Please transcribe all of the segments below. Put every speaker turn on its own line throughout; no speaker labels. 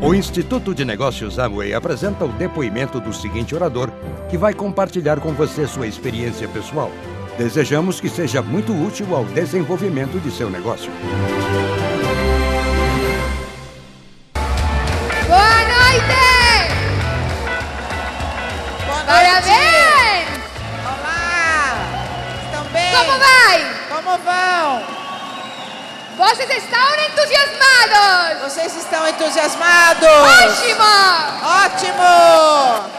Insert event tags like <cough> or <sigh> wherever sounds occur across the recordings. O Instituto de Negócios Amway apresenta o depoimento do seguinte orador, que vai compartilhar com você sua experiência pessoal. Desejamos que seja muito útil ao desenvolvimento de seu negócio.
Boa noite!
Boa noite.
Parabéns!
Olá! Estão bem?
Como vai?
Como vão?
Vocês estão entusiasmados!
Vocês estão entusiasmados?
Ótimo!
Ótimo!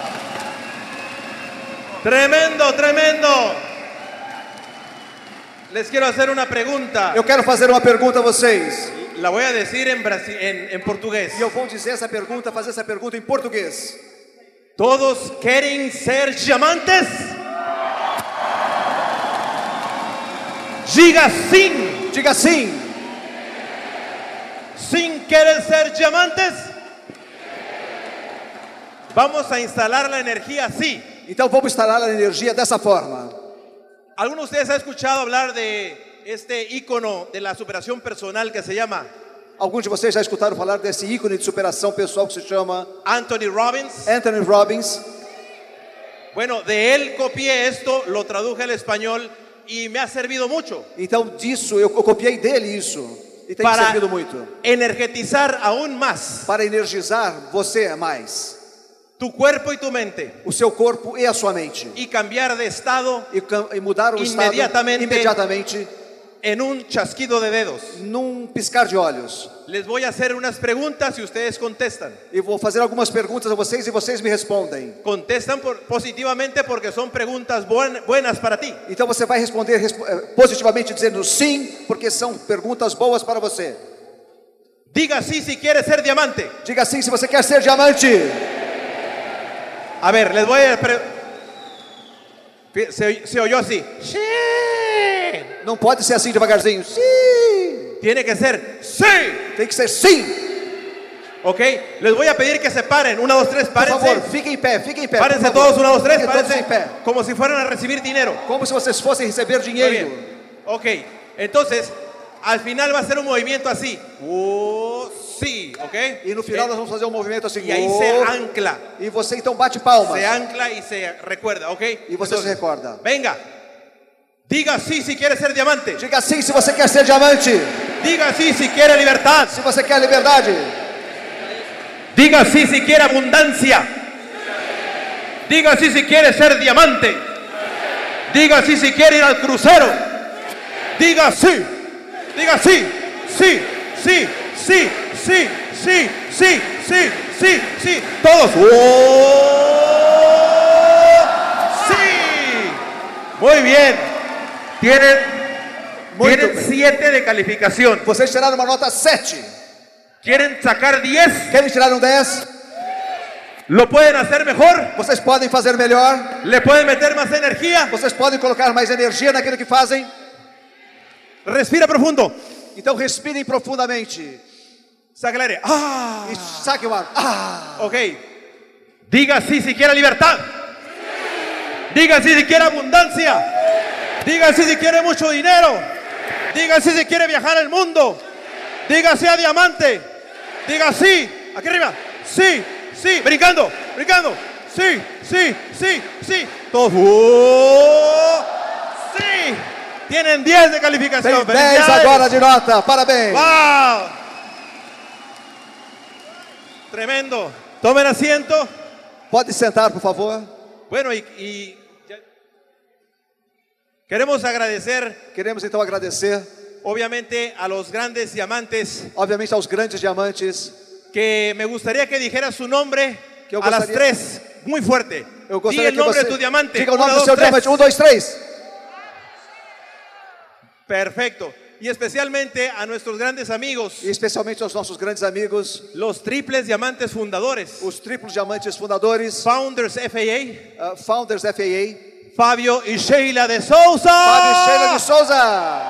Tremendo, tremendo. Les quiero hacer una pregunta.
Eu quero fazer uma pergunta a vocês.
La voy a decir en, brasi- en, en portugués.
E eu vou dizer essa pergunta, fazer essa pergunta em português.
¿Todos quieren ser diamantes? Diga sin.
Diga sim.
¿Sin quieren ser diamantes? Vamos a instalar la energía así.
Então vamos instalar a energia dessa forma.
¿Alguno de ustedes ha escuchado hablar de este ícono de la superación personal que se llama
Alguns de vocês já escutaram falar desse ícone de superação pessoal que se chama
Anthony Robbins?
Anthony Robbins.
Bueno, de él copié esto, lo traduje al español y me ha servido mucho
Então disso eu, eu copiei dele isso e tem me
para
servido muito
energetizar aún más
para energizar você mais,
tu cuerpo y tu mente
o seu corpo e a sua mente
y cambiar de estado
e, cam- e mudar o estado
Imediatamente.
imediatamente
en un chasquido de dedos.
num piscar de olhos.
Les voy a hacer unas preguntas y ustedes contestan.
Eu vou fazer algumas perguntas a vocês e vocês me respondem.
Contestan por- positivamente porque son preguntas buen- buenas para ti.
Então você vai responder respo- eh, positivamente dizendo sim, porque são perguntas boas para você.
Diga sí si quieres ser diamante.
Diga sim se você quer ser diamante.
A ver, les voy a... pre- Fí- Se, oy- se oyó así. Sí.
Não pode ser assim devagarzinho. Sim.
Tiene que ser sí.
Tem que ser sim.
Ok, les voy a pedir que se paren. Una, dos, tres,
Por favor,
párense.
fiquem em pé, fiquem em pé. por
Párense
favor.
todos, una, dos, tres,
Fiquem todos
párense.
em pé.
Como si fueran a recibir dinero.
Como se vocês fossem receber
Muy
dinheiro.
bien. Ok, entonces, al final va a ser un movimiento así. Oh, sí, ok. Eh,
E no final nós vamos fazer um movimento assim.
Y ahí
"Oh".
se ancla.
E você então bate palmas.
Se ancla y se recuerda, ok.
E você se recorda.
Venga. Diga sí si quiere ser diamante.
Diga sim se você quer ser diamante.
Diga sí si quiere libertad.
Se você quer liberdade.
Diga sí si quiere abundancia. Diga sí si quiere ser diamante. Diga sí si quiere ir al crucero. Diga sí. Diga sí. Sí, sí, sí, sí, sí, sí, sí, sí, sí. Todos. ¡Oh! Sí. Muy bien. Tienen,
Muy
tienen
bien.
siete de calificación.
Vocês tiraram uma nota 7.
¿Quieren sacar 10?
Querem tirar um 10?
¿Lo pueden hacer mejor?
Vocês podem fazer melhor.
¿Le pueden meter más energía?
Vocês podem colocar mais energia naquilo que fazem?
Respira profundo.
Então respirem profundamente.
Saca el aire. Ah,
E saque o ar. Ah!
ok. Diga sí si quiere libertad. Diga sí si quiere abundancia. Diga sí si quiere mucho dinero. Diga sí si quiere viajar al mundo. Diga sí a diamante. Diga sí. Aquí arriba. Sí, sí. Brincando, brincando. Sí, sí, sí, sí. Todos. ¡Oh! sí. Tienen 10 de
Tem
calificación.
10
Felicidades.
agora de nota. Parabéns.
¡Wow! Tremendo. Tomen asiento.
Pode sentar, por favor.
Bueno, y, y ya- queremos agradecer,
Queremos então agradecer,
obviamente, a los grandes diamantes
obviamente, aos grandes diamantes.
que me gustaría que dijera su nombre
Que yo
a las
gustaría-
tres, muy fuerte.
Eu
Di
gostaria
el
que
nombre
você
de tu diamante.
diga o
Una,
nome do
dos,
seu
tres.
diamante. Um, dois, três.
Perfecto. Y especialmente a nuestros grandes amigos,
E especialmente aos nossos grandes amigos,
los triples diamantes fundadores,
os triplos diamantes fundadores,
Founders FAA,
ah, Founders FAA,
Fabio y Sheila de Souza. Ah!
Fábio e Sheila de Souza.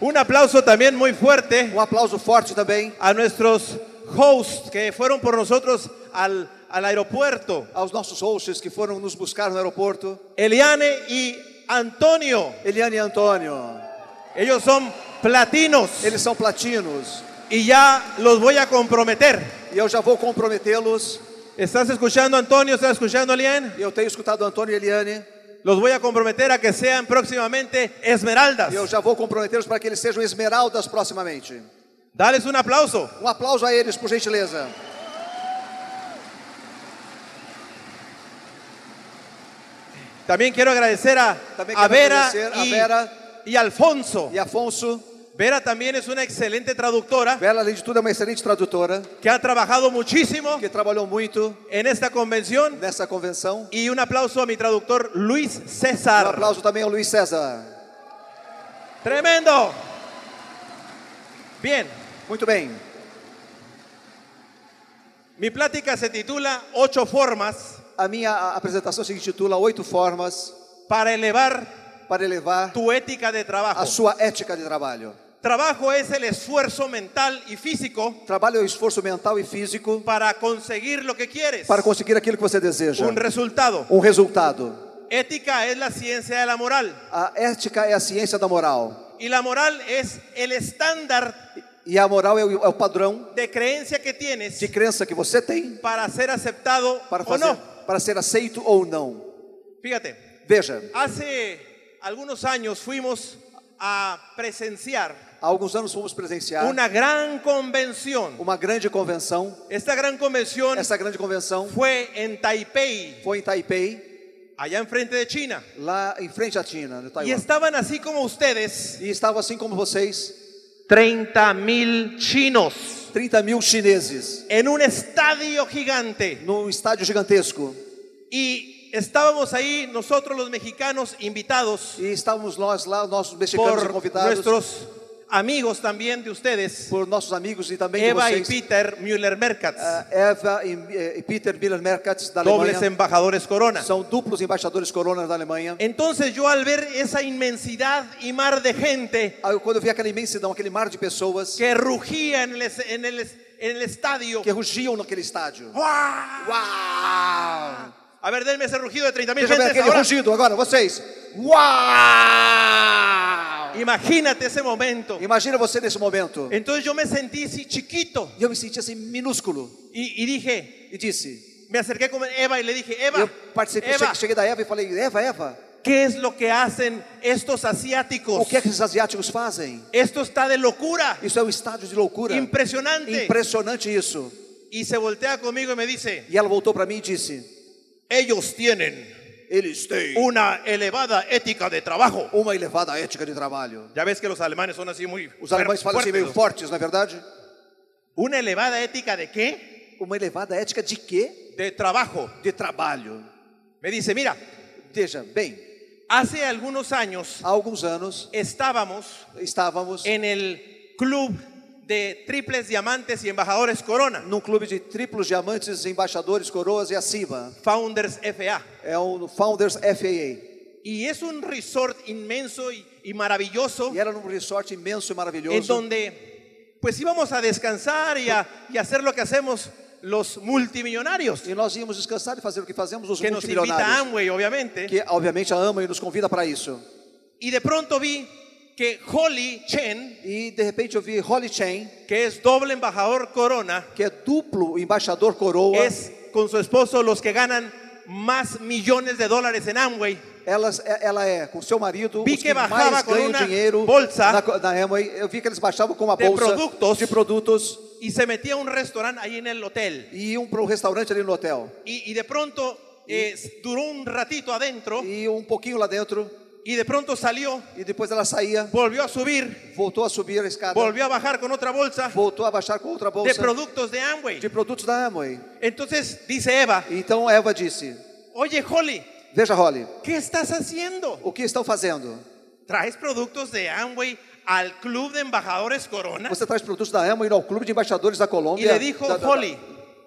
Un aplauso también muy fuerte
Um aplauso forte também
a nuestros hosts que fueron por nosotros al, al aeropuerto,
aos nossos hosts que foram nos buscar no aeroporto,
Eliane y Antonio.
Eliane e Antônio.
Ellos son platinos
Eles são platinos.
y ya los voy a comprometer.
E eu já vou comprometê-los.
¿Estás escuchando, Antonio? ¿Estás escuchando, Elian?
Eu tenho escutado Antônio e Eliane.
Los voy a comprometer a que sean próximamente esmeraldas.
E eu já vou comprometê-los para que eles sejam esmeraldas proximamente.
Dales un aplauso.
Um aplauso a eles, por gentileza.
También quiero agradecer a,
También
a
quiero
Vera,
agradecer a
y,
Vera.
y Alfonso.
E Afonso,
Vera también es una excelente traductora
Vera, além de tudo, é uma excelente tradutora,
que ha trabajado muchísimo
que trabalhou muito
en esta convención.
nessa convenção.
Y un aplauso a mi traductor Luis
Um
César.
aplauso também ao Luiz César.
Tremendo. Bien,
Muito bem.
mi plática se titula Ocho formas
A minha apresentação se intitula Oito Formas
para elevar
para elevar
tu ética de trabajo.
a sua ética de trabalho.
Trabajo es el esfuerzo mental y físico
Trabalho é o esforço mental e físico
para conseguir lo que quieres,
para conseguir aquilo que você deseja.
un resultado.
Um resultado.
Ética es la ciencia de la moral
A ética é a ciência da moral.
y la moral es el estándar
E a moral é o, é o padrão
de creencia que tienes
de crença que você tem
para ser aceptado
para,
o
fazer,
no.
para ser aceito ou não.
Fíjate,
Veja,
hace algunos años fuimos a presenciar
há alguns anos fomos presenciar
una gran convención.
uma grande convenção.
Esta gran convención
Essa grande convenção
fue en Taipei,
foi em Taipei,
allá enfrente de China.
lá em frente à China, no
Y
Taiwan.
estaban así como ustedes,
E estavam assim como vocês,
30 mil chinos
30 mil chineses,
en un estadio gigante.
num estádio gigantesco.
Y estábamos ahí nosotros los mexicanos invitados
E estávamos nós lá, nossos mexicanos
por
convidados,
nuestros amigos también de ustedes,
por nossos amigos e também
Eva
de
y
vocês.
Peter Müller-Mercatz,
Ah, Eva e, eh, e Peter Miller Mercatz da
dobles
Alemanha
embajadores Corona.
são duplos embaixadores corona da Alemanha.
Entonces yo al ver esa inmensidad y mar de gente
Aí, quando eu vi aquela imensidão, aquele mar de pessoas
que rugía en el, es- en el es- en el estadio,
que rugiam naquele estádio.
¡guau!
Uau!
a ver, denme ese rugido de 30 mil
Deixa eu ver
gente.
aquele
ahora.
rugido agora, vocês. Uau!
Imagínate ese momento.
Imagina você nesse momento.
Entonces yo me sentí así chiquito
E eu me senti assim minúsculo
y, y dije,
e disse:
me acerqué con Eva y le dije, Eva,
Eu participei,
Eva,
cheguei, cheguei da Eva e falei: Eva, Eva,
¿qué es lo que hacen estos asiáticos?
o que é que esses asiáticos fazem?
Esto está de locura,
Isso é um estádio de loucura.
impresionante.
Impressionante isso.
y se voltea conmigo y me dice,
E ela voltou para mí e disse:
ellos tienen
Eles têm
una elevada ética de trabajo.
uma elevada ética de trabalho.
Ya ves que los alemanes son así muy
Os alemães falam assim
fuertes,
meio
¿no?
fortes, na é verdade?
Una elevada ética de qué?
Uma elevada ética de quê?
De trabajo.
De trabalho.
Me dice, mira,
Veja, bem,
hace algunos años
há alguns anos
estábamos
estávamos
en el club de triples diamantes y embajadores Corona,
num clube de triplos diamantes, embaixadores, coroas e acima.
Founders FA.
É o Founders FAA.
Y es un resort inmenso y, y maravilloso
E era num resort imenso e
en
maravilhoso.
donde pues íbamos a descansar y a, y a hacer lo que hacemos los multimillonarios,
E nós íamos descansar e fazer o que fazemos os
que Pues nos invita
multimilionários.
Amway, obviamente.
Que obviamente a ama e nos convida para isso.
Y de pronto vi que Holly Chen,
E de repente eu vi Holly Chain,
que es doble embajador Corona,
que é duplo embaixador coroa.
es con su esposo los que ganan más millones de dólares en Amway.
Elas, é- ela é, com seu marido,
Vi
os
que
que
bajava
mais
com
ganham
uma
dinheiro
bolsa
na, co- na Amway. Eu vi que eles baixavam com uma
de
bolsa
produtos.
de produtos
y se metía a un restaurante ahí en el hotel.
e iam para um restaurante ali no hotel.
Y, y de pronto eh, duró un ratito adentro
E um pouquinho lá dentro,
y de pronto salió,
e depois ela saía,
volvió a subir,
voltou a subir a escada,
volvió a bajar con otra bolsa
voltou a baixar com outra
de
bolsa
productos de Amway.
de produtos da Amway.
Entonces dice Eva,
Então Eva disse,
oye Holly,
veja Holly,
¿qué estás haciendo?
o que estão fazendo?
¿Traes productos de Amway al Club de Embajadores Corona?
Você traz produtos da Amway ao Clube de Embaixadores da Colômbia?
E ele dijo,
da, da,
Holly.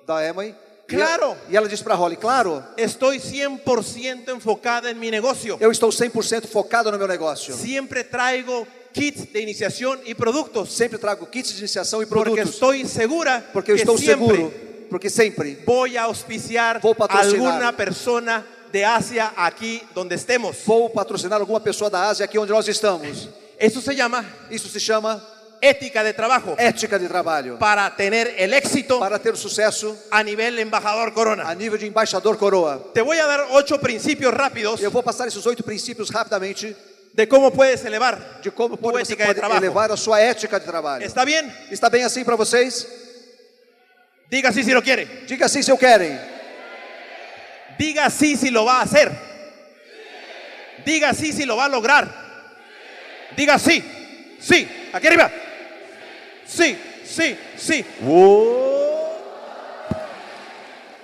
Da, da Amway.
Claro.
E, e ela disse para Holly, claro,
Estoy 100% enfocada en mi negocio.
eu estou 100% focado no meu negócio.
Siempre traigo kits de iniciação e productos
Sempre trago kits de iniciação e
porque
produtos.
estoy segura
porque eu
que
estou
siempre
seguro. Porque sempre
voy a auspiciar
Vou
a
patrocinar.
alguna persona de Asia aquí donde estemos.
vou patrocinar alguma pessoa da Ásia aqui onde nós estamos.
Eso se llama
Isso se chama
ética de trabajo
ética de trabalho.
para tener el éxito
Eh, Para ter sucesso
a nivel embajador
a
corona.
nível de embaixador coroa.
Te voy a dar ocho principios rápidos
Eu vou passar esses oito princípios rapidamente
de cómo puedes elevar
de como
tu
pode, você
ética de
pode
trabajo.
elevar a sua ética de trabalho.
¿Está bien?
Está bem assim para vocês?
Diga sí si lo quiere.
Diga assim se eu querem.
Diga sí si lo va a hacer. Diga sí si lo va a lograr. Diga sí, sí, aquí arriba. Sí, sí, sí.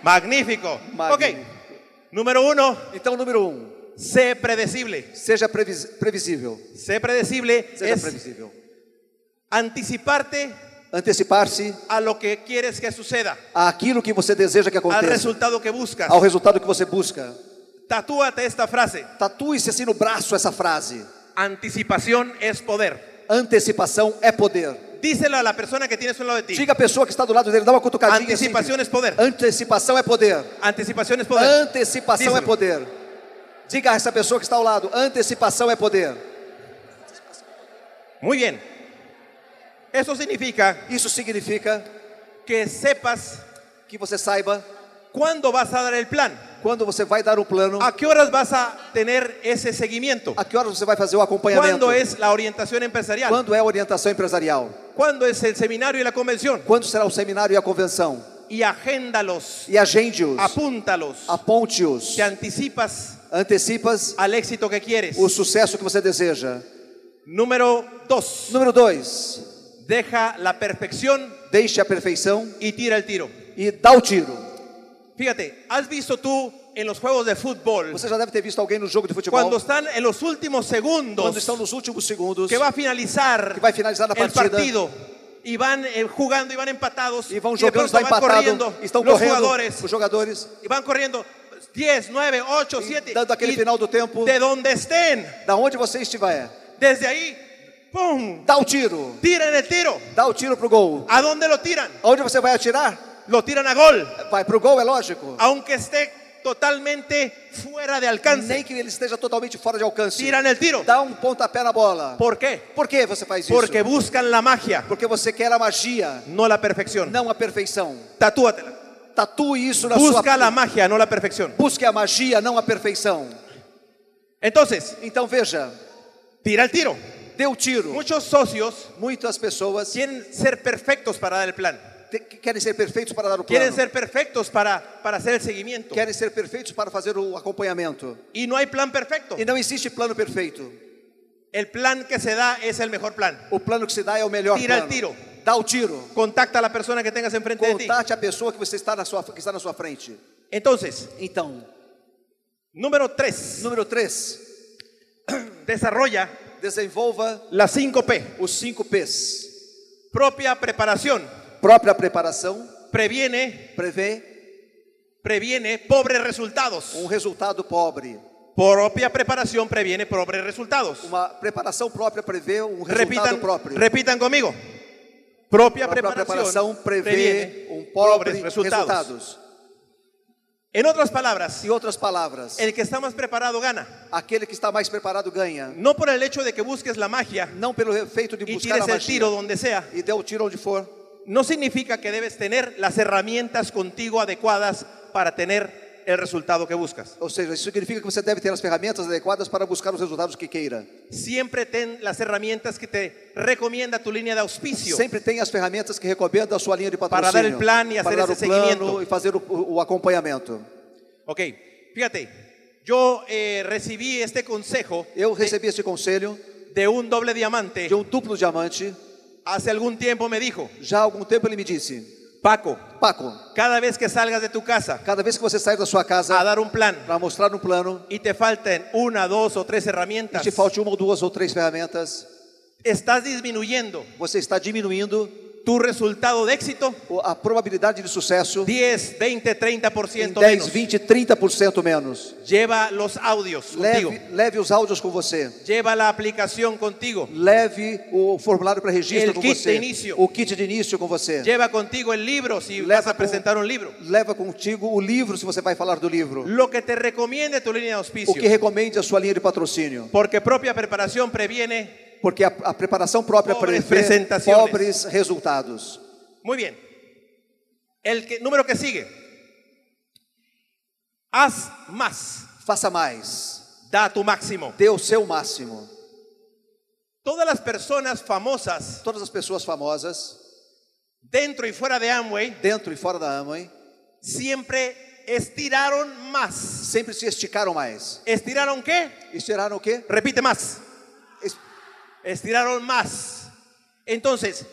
Magnífico.
Magnífico.
Ok. Número uno,
Então, número um,
sé predecible.
seja previs- previsível.
Sé predecible
Seja
es
previsível.
anticiparte
Antecipar-se
a lo que quieres que suceda,
àquilo que você deseja que
al
aconteça,
resultado que buscas.
ao resultado que você busca.
Tatúate esta frase.
Tatue-se assim no braço essa frase.
Anticipación es poder.
Antecipação é poder.
Dísela a la persona que tienes al lado de ti.
Diga a pessoa que está do lado dele, dá uma cutucadinha.
Antecipación es
assim.
é poder.
Antecipação é poder.
Anticipación es poder.
Antecipação é
Díselo.
poder. Diga a essa pessoa que está ao lado, antecipação é poder. Ah.
Muy bien. Eso significa
Isso significa
que sepas
que você saiba
cuándo vas a dar el plan,
quando você vai dar um plano,
a qué horas vas a tener ese seguimiento,
a que horas você vai fazer o acompanhamento,
cuándo es la orientación empresarial,
quando é a orientação empresarial,
cuándo es el seminario y la convención.
quando será o seminário e a convenção.
Y agéndalos,
E agende-os,
apúntalos,
aponte-os,
te anticipas
antecipas
al éxito que quieres.
o sucesso que você deseja.
Número dos,
Número dois,
deja la perfección
deixe a perfeição
y tira el tiro.
e dá o tiro.
Fíjate, ¿has visto tú en los juegos de fútbol
Você já deve ter visto alguém no jogo de futebol
cuando están en los últimos
quando
segundos
estão nos últimos segundos
que va a finalizar,
que vai finalizar na
el
partida.
partido y van eh, jugando y van empatados
e vão
de
jogando,
pronto
está pues,
van
empatado,
corriendo
estão
tá los
correndo
jugadores
os jogadores
y van corriendo 10, 9, 8,
E
7
dando aquele
y
final do tempo.
de donde estén,
da onde você estiver,
desde ahí, ¡pum!
dá o tiro,
Tiran el tiro.
dá o tiro pro gol.
¿A dónde lo tiran?
Onde você vai atirar?
Lo tiran a gol,
Vai pro gol, é lógico.
aunque esté totalmente fuera de alcance.
Nem que ele esteja totalmente fora de alcance.
Tiran el tiro.
Dá um pontapé na bola.
¿Por qué?
Por que você faz isso?
Porque buscan la magia,
Porque você quer a magia,
no la perfección.
não a perfeição.
Tatúatela.
Tatue isso na
Busca
sua
la magia, no la perfección.
Busque a magia, não a perfeição.
Entonces,
Então veja,
tira el tiro.
dê o tiro.
Muchos socios
Muitas pessoas
quieren ser perfectos para dar el plan.
te- que querem ser perfeitos para dar o plano.
Quieren ser perfectos para, para hacer el seguimiento.
Querem ser perfeitos para fazer o acompanhamento.
Y no hay plan perfecto.
E não existe plano perfeito.
El plan que se da es el mejor plan.
O plano que se dá é o melhor
Tira
plano.
o tiro.
Dá o tiro.
Contacta a la persona que tengas enfrente de ti.
Contate a pessoa que você está na sua que está na sua frente.
Entonces,
Então,
número tres,
número 3,
desarrolla
desenvolva
la 5P.
os 5 Ps.
Propia preparación.
Própria preparação,
Previene,
prevê
previene pobres resultados.
um resultado pobre.
Propia preparación previene pobres resultados.
Uma preparação própria prevê um resultado
Repitan,
próprio.
repitan conmigo. Propia,
Própria
preparación,
preparação prevê
previene
um pobre
pobres resultados.
resultados.
En otras palabras,
Em outras palavras,
el que está más preparado gana.
aquele que está mais preparado ganha.
No por el hecho de que busques la magia
Não pelo efeito de
y
buscar a
tires el tiro
magia
donde sea,
e dê o tiro onde for.
no significa que debes tener las herramientas contigo adecuadas para tener el resultado que buscas.
Ou seja, isso significa que você deve ter as ferramentas adequadas para buscar os resultados que queira.
Siempre ten las herramientas que te recomienda tu línea de auspicio.
Sempre tem as ferramentas que recomenda a sua linha de patrocínio.
Para dar o plano e
para
fazer
dar
esse
o plano
seguimento.
e fazer o, o- o acompanhamento.
Ok, fíjate, yo eh, recibí este consejo
Eu recebi esse conselho
de un doble diamante.
de um duplo diamante.
Hace algún tiempo me dijo,
Já há algum tempo ele me disse,
Paco,
Paco,
cada vez que salgas de tu casa
cada vez que você sair da sua
a
casa
dar un plan
para mostrar um plano
y te falten una, dos o tres
e
herramientas,
te falte uma ou duas ou três ferramentas,
estás disminuyendo
você está diminuindo
tu resultado de éxito
o- a probabilidade de sucesso
10, 20, 30%
em 10,
então menos.
20, 30% menos.
Lleva los audios contigo.
Leve, leve os áudios com você.
Lleva la aplicação contigo.
Leve o formulário para registro
El
com
kit
você.
de início.
O kit de início com você.
Lleva contigo el libro si
Leva
vas a
com-
presentar un libro.
Leva contigo o livro se você vai falar do livro.
Lo que te recomiende tu línea de
O é
auspicio.
que recomende a sua linha de patrocínio.
Porque propia preparación previene
porque a, a preparação própria
Pobres
prevê
presentaciones.
pobres resultados.
Muy bien. El que- número que sigue. Haz más.
Faça mais,
Da tu máximo.
dê o seu máximo.
Todas las personas famosas
Todas as pessoas famosas,
dentro y fuera de Amway
dentro e fora da Amway,
siempre estiraron más.
sempre se esticaram mais.
¿Estiraron qué?
Estiraram o quê?
Repite más.
Es-
Estiraron más. Entonces,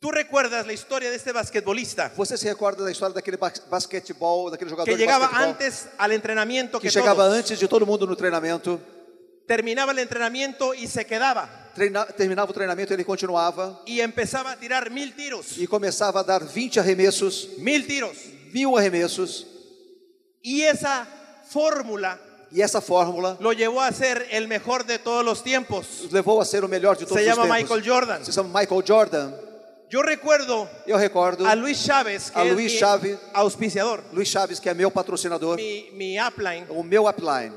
tú recuerdas la historia de este basquetbolista
Você se recorda da história daquele bas- basquetebol, daquele jogador
que
de
llegaba
basquetebol
antes al entrenamiento que,
que chegava
todos.
antes de todo mundo no treinamento,
terminaba el entrenamiento y se quedaba
treina- terminava o treinamento, ele continuava
y empezaba a tirar mil tiros,
e começava a dar 20 arremessos,
mil tiros.
mil arremessos,
Y esa fórmula
e essa fórmula
lo llevó a ser el mejor de todos los tiempos.
os levou a ser o melhor de todos
Se
os
llama
tempos.
Michael Jordan.
Se chama Michael Jordan.
Yo recuerdo
Eu recordo
a Luis Chávez, que
A
es
Luis
mi
Chávez.
auspiciador,
Luiz Chaves, que é meu patrocinador,
mi, mi upline,
o meu upline.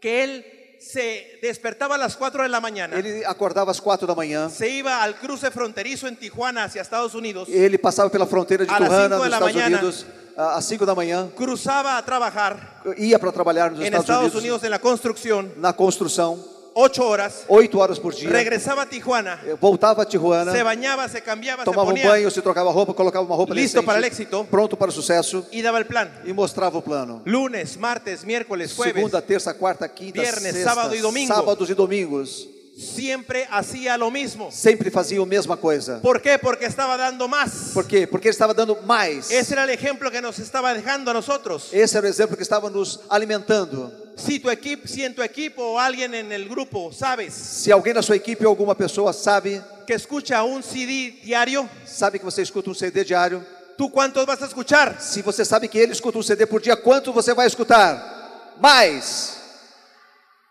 que él se despertaba a las 4 de la mañana,
Ele acordava às quatro da manhã.
se iba al cruce fronterizo en Tijuana hacia Estados Unidos,
Ele passava pela fronteira de
A las
Turrana,
cinco né?
nos
de la
Estados
mañana.
Unidos, a- às 5 da manhã.
cruzaba a trabajar
Ia para trabalhar nos
en
Estados,
Estados
Unidos,
Unidos en la construcción,
na construção,
8 horas,
oito horas por dia.
regresaba a Tijuana,
Voltava a Tijuana,
se bañaba, se cambiava, se
tomava um
ponía
banho, se trocava roupa, colocava uma roupa
Listo
decente,
para el éxito.
pronto para o sucesso
y daba el plan.
e mostrava o plano.
Lunes, martes, miércoles, jueves,
Segunda, terça, quarta, quinta,
Viernes,
sexta,
sábado e domingo.
sábados e domingos.
siempre hacía lo mismo.
Sempre fazia a mesma coisa.
¿Por qué? Porque estaba dando más.
Por quê? Porque ele estava dando mais.
Ese era el ejemplo que nos estaba dejando a nosotros.
Esse era o exemplo que estava nos alimentando.
Si tu equipo, si en tu equipo o alguien en el grupo sabes
Se alguém da sua equipe ou alguma pessoa sabe,
que escucha un CD diario,
sabe que você escuta um CD diário,
¿tú cuántos vas a escuchar?
se você sabe que ele escuta um CD por dia, quanto você vai escutar? Mais.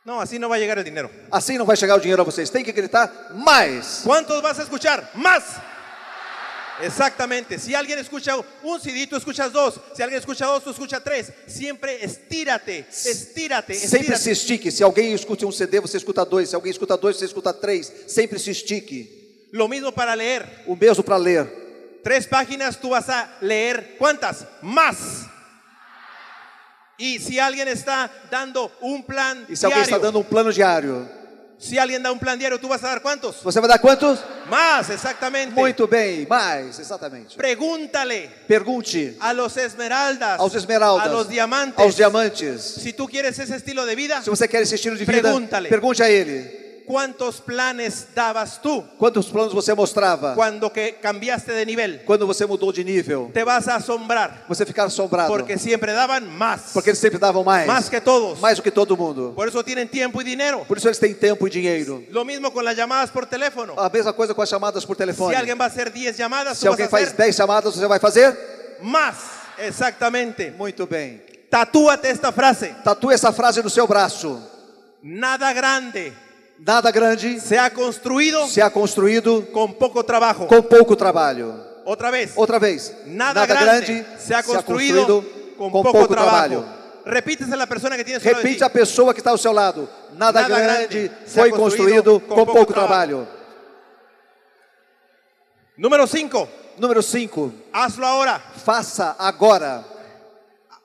No, así no va a llegar el dinero.
Assim não vai chegar o dinheiro a vocês. Tem que gritar mais.
¿Cuántos vas a escuchar? Más. Exactamente. Si alguien escucha un CD, tú escuchas dos. Si alguien escucha dos, tú escuchas tres. Siempre estírate, estírate,
Sempre
estírate.
se estique. Se alguém escuta um CD, você escuta dois. Se alguém escuta dois, você escuta três. Sempre se estique.
Lo mismo para leer.
O mesmo para ler.
Tres páginas tú vas a leer. ¿Cuántas? Más. Y si alguien está dando un plan
E se alguém está
diario,
dando um plano diário,
si alguien da un plan diario, tú vas a dar cuántos?
você vai dar quantos?
Más, exactamente.
Muito bem, mais, exatamente.
Pregúntale
Pergunte
a los esmeraldas,
aos esmeraldas,
a los diamantes.
aos diamantes.
Si tú quieres ese estilo de vida,
Se você quer esse estilo de vida,
Pregúntale.
pergunte a ele.
¿cuántos planes dabas tú
Quantos planos você mostrava?
cuando que cambiaste de nivel?
Quando você mudou de nível?
Te vas a asombrar
Você ficar assombrado.
porque siempre daban más,
Porque eles sempre davam mais.
más que todos.
Mais do que todo mundo.
Por eso tienen tiempo y dinero.
Por isso eles têm tempo e dinheiro.
Lo mismo con las llamadas por teléfono.
A mesma coisa com as chamadas por telefone.
Si alguien va a hacer 10 llamadas,
Se
tú vas a
alguém faz
hacer
10 chamadas, você vai fazer?
más. Exactamente.
Muito bem.
Tatúate esta frase.
Tatue essa frase no seu braço.
Nada grande
Nada grande
se ha construido
se há construído
con poco trabajo.
com pouco trabalho.
Otra vez.
Outra vez.
Nada, grande, se ha construido, con, poco, trabajo. Repítese a la persona que tiene su lado de
Repite
ti.
a pessoa que está ao seu lado. Nada,
Nada
grande,
grande se
foi
é
construído com, pouco trabalho.
Número 5.
Número 5.
Hazlo ahora.
Faça agora.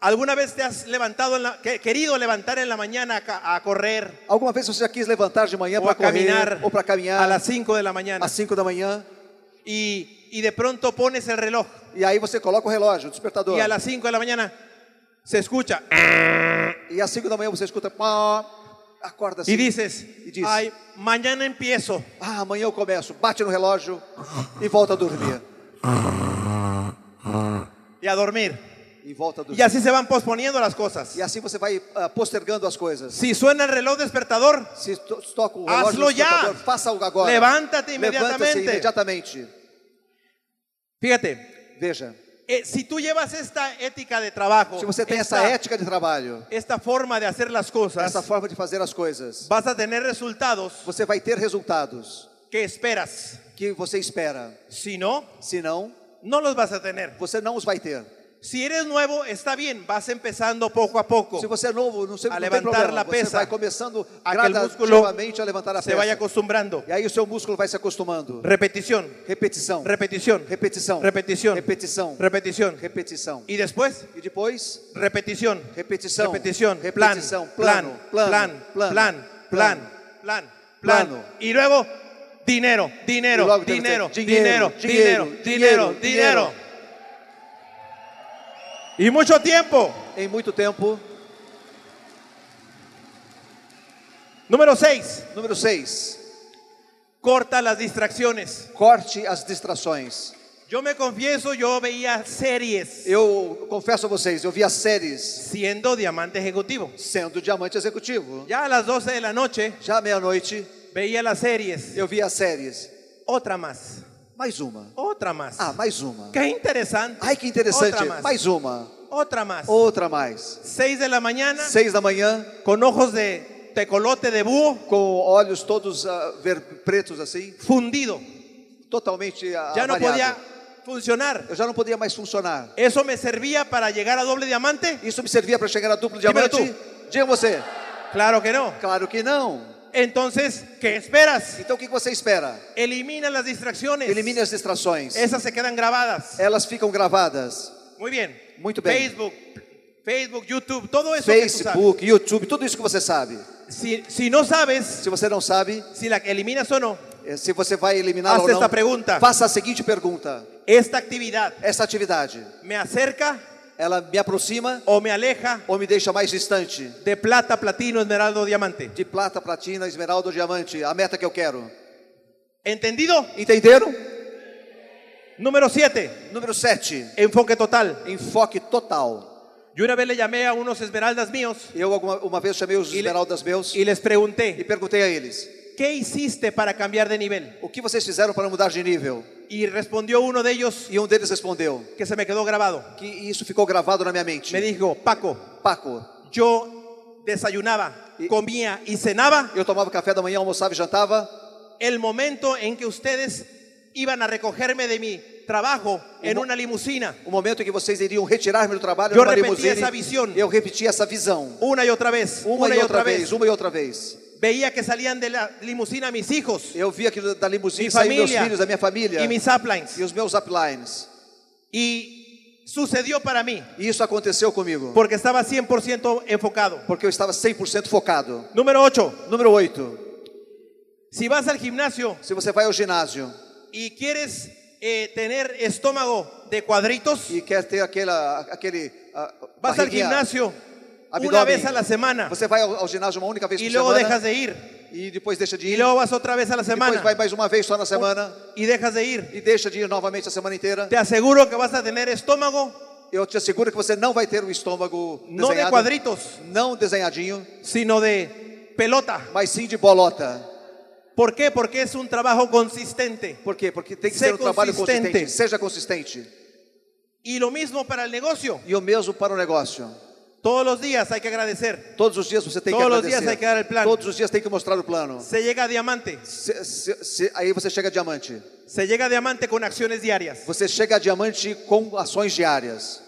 ¿Alguna vez te has levantado en la- que- querido levantar en la mañana a, ca- a correr
Alguma vez você já quis levantar de manhã
o
para
a
correr
caminar
ou para caminhar
a las 5 de la mañana?
às 5 da manhã?
Y, y de pronto pones el reloj
E aí você coloca o relógio, o despertador.
y a las 5 de la mañana se escucha
E às 5 da manhã você escuta. pá, Acorda assim.
y dices,
E diz,
ay, mañana empiezo.
ah, amanhã eu começo. Bate no relógio e volta a dormir.
y a dormir.
E volta a dormir.
Y así se van posponiendo las cosas.
E assim você vai ah, postergando as coisas.
Si suena el reloj despertador,
Se to- se toca o
Hazlo
relógio, no
já.
despertador, faça algo agora.
Levanta-te
Levanta-se
imediatamente.
imediatamente.
fíjate,
Veja,
eh, si tú llevas esta ética de trabajo,
se você tem essa
esta,
ética de trabalho,
esta forma de hacer las cosas,
essa forma pues, de fazer as coisas,
vas a tener resultados
você vai ter resultados
que esperas.
que você espera.
Si no,
Se não,
no los vas a tener.
você não os vai ter.
Si eres nuevo, está bien, vas empezando poco a poco.
Se você é novo, não, sei,
A
não tem
levantar
problema.
a
Você
peça.
vai começando
A que el músculo
gradativamente a levantar a
Se
peça.
vaya acostumbrando.
E aí o seu músculo vai se acostumando.
Repetición,
Repetição.
repetición,
Repetição.
repetición,
Repetição.
repetición.
Repetição.
Y después,
E depois,
repetición,
Repetição.
repetición, plan,
Repetição.
plan,
Plano.
plan,
Plano.
plan, plan, plan, plan.
Plano.
Y luego, dinero,
E
dinero,
logo tem
dinero,
você,
dinero,
dinheiro,
dinero,
dinheiro,
dinero,
dinheiro,
dinero. Y mucho tiempo.
em muito tempo.
Número 6.
Número 6.
Corta las distracciones.
Corte as distrações.
Yo me confieso, yo veía series
Eu confesso a vocês, eu vi as séries
siendo diamante ejecutivo.
sendo diamante executivo.
Ya a las 12 de la noche
Já à meia-noite,
veía las series.
eu vi as séries.
Otra más.
Mais uma.
Otra más.
Ah, mais uma.
Qué interesante.
Ai, que
Otra
interessante.
más.
Mais uma.
Otra más.
Outra mais.
6 de la mañana
Seis da manhã,
con ojos de tecolote de búho
com olhos todos ah, ver- pretos assim,
fundido.
totalmente ah,
Ya no
avariado.
podía funcionar.
Eu já não podia mais funcionar.
Eso me servía para llegar a doble diamante.
Isso me servia para chegar a duplo
Diga-me
diamante? Diga você.
Claro que no.
Claro que não.
Entonces, ¿qué esperas?
Então o que que você espera?
Elimina las distracciones.
Elimine as distrações.
Esas se quedan grabadas.
Elas ficam gravadas.
Muy bien.
Muy bien.
Facebook, Facebook, YouTube, todo eso. é que tú sabes.
Facebook, YouTube, tudo isso que você sabe.
Si, si no sabes
Se você não sabe,
si la eliminas o no,
eh, se você vai eliminar
Faça
ou não,
esta pergunta.
faça a seguinte pergunta.
esta actividad
Essa atividade,
me acerca
ela me aproxima
o me aleja
ou me deixa mais distante?
de plata, platino, esmeralda o diamante.
De plata, platina, esmeralda ou diamante, a meta que eu quero.
¿Entendido?
Entenderam?
Número 7,
Número 7.
enfoque total.
Enfoque total.
Yo una vez le llamé a unos esmeraldas míos
Eu alguma, uma vez chamei os
Ele-
esmeraldas meus
y les
e
pregunté,
perguntei a eles:
¿qué hiciste para cambiar de nivel?
"O que vocês fizeram para mudar de nível?"
Y respondió uno de ellos
E um deles respondeu:
que se me quedó grabado.
"Que isso ficou gravado na minha mente."
Me dijo, Paco,
Paco,
yo desayunaba, comía y cenaba
eu tomava café da manhã, almoçava e jantava
el momento en que ustedes iban a recogerme de mi trabajo en una limusina
o momento em que vocês iriam retirar-me do trabalho
Eu
numa
repeti
limusine,
essa visão.
Eu repeti essa visão.
una y otra vez,
Uma, e outra vez, uma e outra vez.
Veía que salían de la limusina mis hijos,
Eu vi aquilo da limusine
mi
sair meus
familia
filhos, da minha família
y mis uplines.
e os meus uplines.
Y sucedió para mí,
E isso aconteceu comigo,
porque estaba 100% enfocado.
porque eu estava 100% focado.
Número 8.
Número 8.
Si vas al gimnasio
Se você vai ao ginásio
y quieres eh, tener estómago de cuadritos,
e quer ter aquela, aquele. ah,
vas al
barriguinha,
gimnasio una
abdômen,
vez a Pues, la semana
Você vai ao, ao ginásio uma única vez
y
por
luego
semana
dejas de ir.
e depois deixa de
Y
ir.
luego vas otra vez a la
depois
semana
vai mais uma vez só na semana
y dejas de ir.
e deixa de ir novamente a semana inteira.
Te aseguro que vas a tener estómago
Eu te asseguro que você não vai ter um estômago
no de
desenhado,
cuadritos,
não desenhadinho,
sino de pelota.
mas sim de bolota.
¿Por quê? Porque es un trabajo consistente.
Por quê? Porque tem que
Ser
ser um trabalho
consistente.
consistente. Seja consistente.
Y lo mismo para el negocio.
E o mesmo para o negócio.
Todos los días hay que agradecer.
Todos os dias você tem que
Todos os
agradecer.
dias tem que dar o plano.
Todos os dias tem que mostrar o plano.
Se llega a diamante.
Se- se- se- aí você chega a diamante.
Se llega a diamante con acciones diarias.
Você chega a diamante com ações diárias.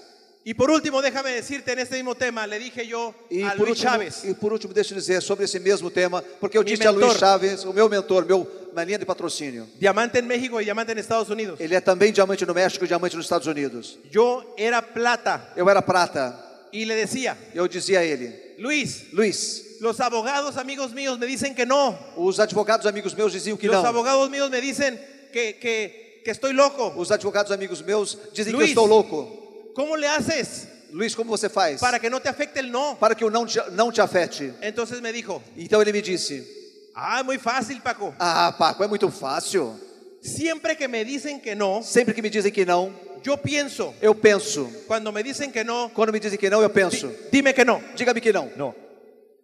Y por último, déjame decirte en este mismo tema, le dije yo
E
a
por,
Luis
último,
Chávez,
e por último, deixa eu dizer sobre esse mesmo tema, porque eu
Mi
disse a Luiz
mentor.
Chaves, o meu mentor, meu, minha linha de patrocínio.
diamante en México y diamante en Estados Unidos.
Ele é também diamante no México e diamante nos Estados Unidos.
Yo era plata
Eu era prata.
y le decía,
Eu dizia a ele,
Luis,
Luiz,
los abogados amigos míos me dicen que no.
os advogados amigos meus diziam que
los
não.
abogados míos me dicen que, que, que estoy loco.
Os advogados amigos meus dizem que eu
Luiz.
estou louco.
¿Cómo le haces
Luiz, como você faz?
para que no te afecte el no?
Para que eu não te, não te afete.
Entonces me dijo,
Então ele me disse,
ah, muy fácil, Paco.
ah, Paco, é muito fácil.
Siempre que me dicen que no,
Sempre que me dizem que não,
yo pienso,
eu penso.
cuando me dicen que no,
Quando me dizem que não, eu
di-
penso.
dime que no.
Diga-me que não.
No.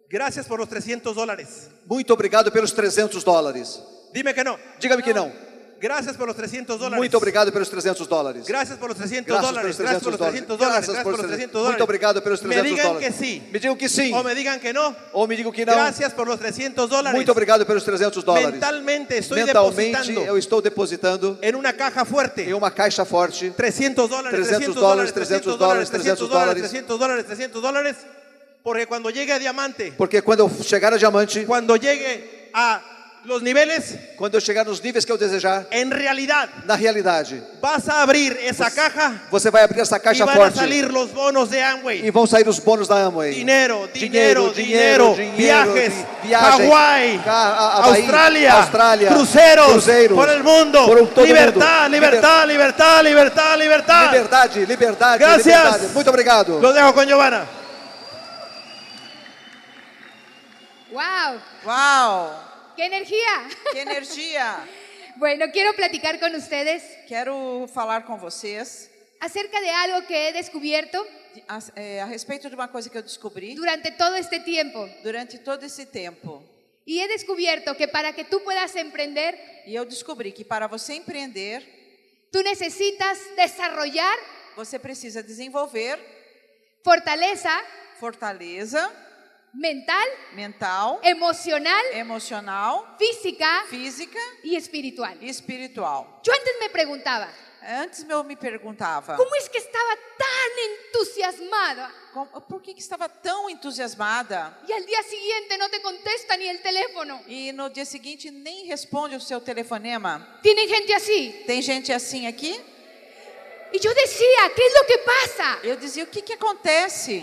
Gracias por los 300 dólares.
Muito obrigado pelos 300 dólares.
Dime que no.
Diga-me que não.
Gracias por los 300 dólares.
Muito obrigado pelos 300 dólares.
Gracias por los 300
Graças
dólares.
pelos
Gracias por los 300 dólares.
300 dólares. Graças
Gracias
por
por los 300 dólares.
Muito obrigado pelos 300
Me digan que
dólares.
sí.
Me digam que sim.
O me digan que no.
Ou me digam que não.
Gracias por los 300 dólares.
Muito obrigado pelos 300 dólares.
Mentalmente estoy
Mentalmente, eu
depositando
estou depositando
en una caja fuerte.
em uma caixa forte
300 dólares,
300
300
dólares,
dólares,
300
300
dólares,
dólares,
300
300 dólares,
dólares.
300 dólares, 300 dólares, porque cuando llegue a diamante,
Porque quando eu chegar a diamante,
cuando llegue a los niveles,
quando eu chegar nos níveis que eu desejar,
en realidad
na realidade,
vas a abrir esa caja
você vai abrir essa
y
caixa
van a
forte
salir los bonos de
e
Amway.
vão sair os bônus da Amway.
Dinero, dinheiro, dinheiro, viajes,
di- viagens,
Hawái,
ca- a- a- Havaí,
Austrália,
Austrália,
cruzeros, por el mundo,
por todo
libertad,
mundo.
libertad, libertad, libertad, libertad.
Liberdade, liberdade,
Gracias.
liberdade. Muito obrigado.
Lo dejo con Giovanna.
¡Wow!
Uau!
¡Qué energía! <laughs>
Que energia!
Bueno, quiero platicar con ustedes
Quero falar com vocês
acerca de algo que he descubierto
de- a, é, a respeito de uma coisa que eu descobri
durante todo este tiempo.
durante todo esse tempo.
Y he descubierto que para que tú puedas emprender,
E eu descobri que para você empreender,
tú necesitas desarrollar
você precisa desenvolver
fortaleza
fortaleza
mental,
mental,
emocional,
emocional,
física
física
y espiritual.
e espiritual.
Yo antes me preguntaba,
Antes eu me perguntava
¿cómo es que estaba tan entusiasmada
como- por que, que estava tão entusiasmada
y al día siguiente no te contesta ni el teléfono?
e no dia seguinte nem responde o seu telefonema.
Tienen gente así.
Tem gente assim aqui?
Y yo decía, ¿qué es lo que pasa?
Eu dizia, o que, que acontece?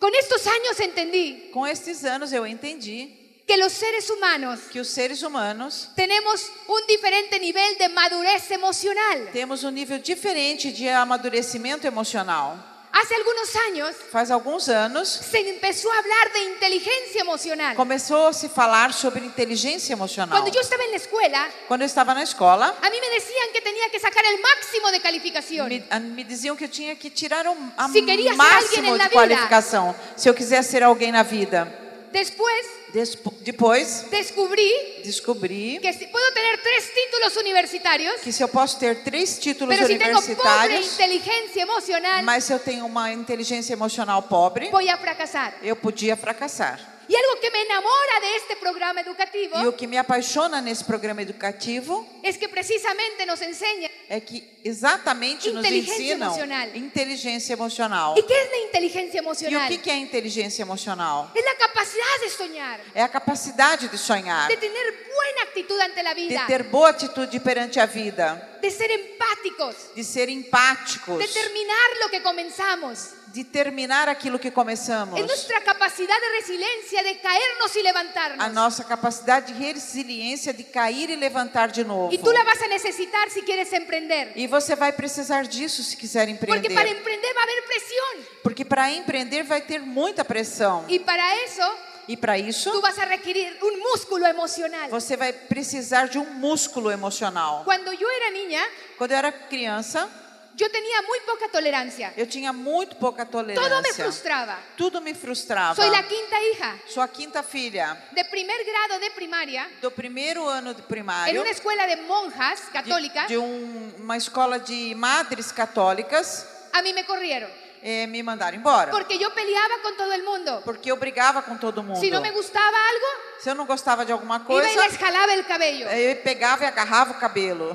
Con estos años entendí
Com estes anos eu entendi
que los seres humanos
que os seres humanos
tenemos un diferente nivel de madurez emocional.
temos um nível diferente de amadurecimento emocional.
Hace algunos años
Faz alguns anos
se empezó a hablar de inteligencia emocional.
começou a se falar sobre inteligência emocional.
Cuando yo estaba en la escuela,
Quando eu estava na escola,
a mí me decían que tenía que sacar el máximo de calificación.
me, a- me diziam que eu tinha que tirar o a
Se queria ser alguém
máximo
na vida.
de qualificação se eu quisesse ser alguém na vida.
Después
Despo- depois
descubrí
descobri
que si puedo tener tres títulos universitarios,
que se eu posso ter três títulos
pero si tengo pobre
universitários,
inteligencia emocional,
mas se eu tenho uma inteligência emocional pobre,
voy a fracasar.
eu podia fracassar.
Y algo que me enamora de este programa educativo
E o que me apaixona nesse programa educativo
es que precisamente nos enseña.
é que exatamente nos
Inteligência
ensinam
emocional.
inteligência emocional.
¿Y qué es la inteligencia
E o
emocional?
que que é inteligência emocional?
Es la capacidad de soñar,
É a capacidade de sonhar,
de tener buena actitud ante la vida,
de ter boa atitude perante a vida,
de ser empáticos,
de ser empáticos,
de terminar lo que comenzamos.
de terminar aquilo que começamos.
Es nuestra capacidad de resiliencia, de caernos y
A
levantarnos.
nossa capacidade de resiliência de cair e levantar de novo.
Y tú la vas a necesitar si quieres emprender.
E você vai precisar disso se quiser
Porque para
empreender.
emprender va a haber presión.
Porque para empreender vai ter muita pressão.
Y para eso
E para isso,
tú vas a requerir un músculo emocional.
você vai precisar de um músculo emocional.
Cuando yo era niña,
Quando eu era criança,
yo tenía muy poca tolerancia.
eu tinha muito pouca
Todo me
tolerância.
frustraba.
Tudo me frustrava.
Soy la quinta hija
Sou a quinta filha
de primer grado de primaria
do primeiro ano de
en
primário
una escuela de monjas
de,
católicas.
de um- uma escola de madres católicas
A mí me corrieron
eh, me mandaram embora.
porque yo peleaba con todo el mundo.
Porque eu brigava com todo mundo.
Si no me gustaba algo,
Se eu não gostava de alguma
iba y les
coisa, eh,
jalaba el cabello.
eu pegava e agarrava o cabelo.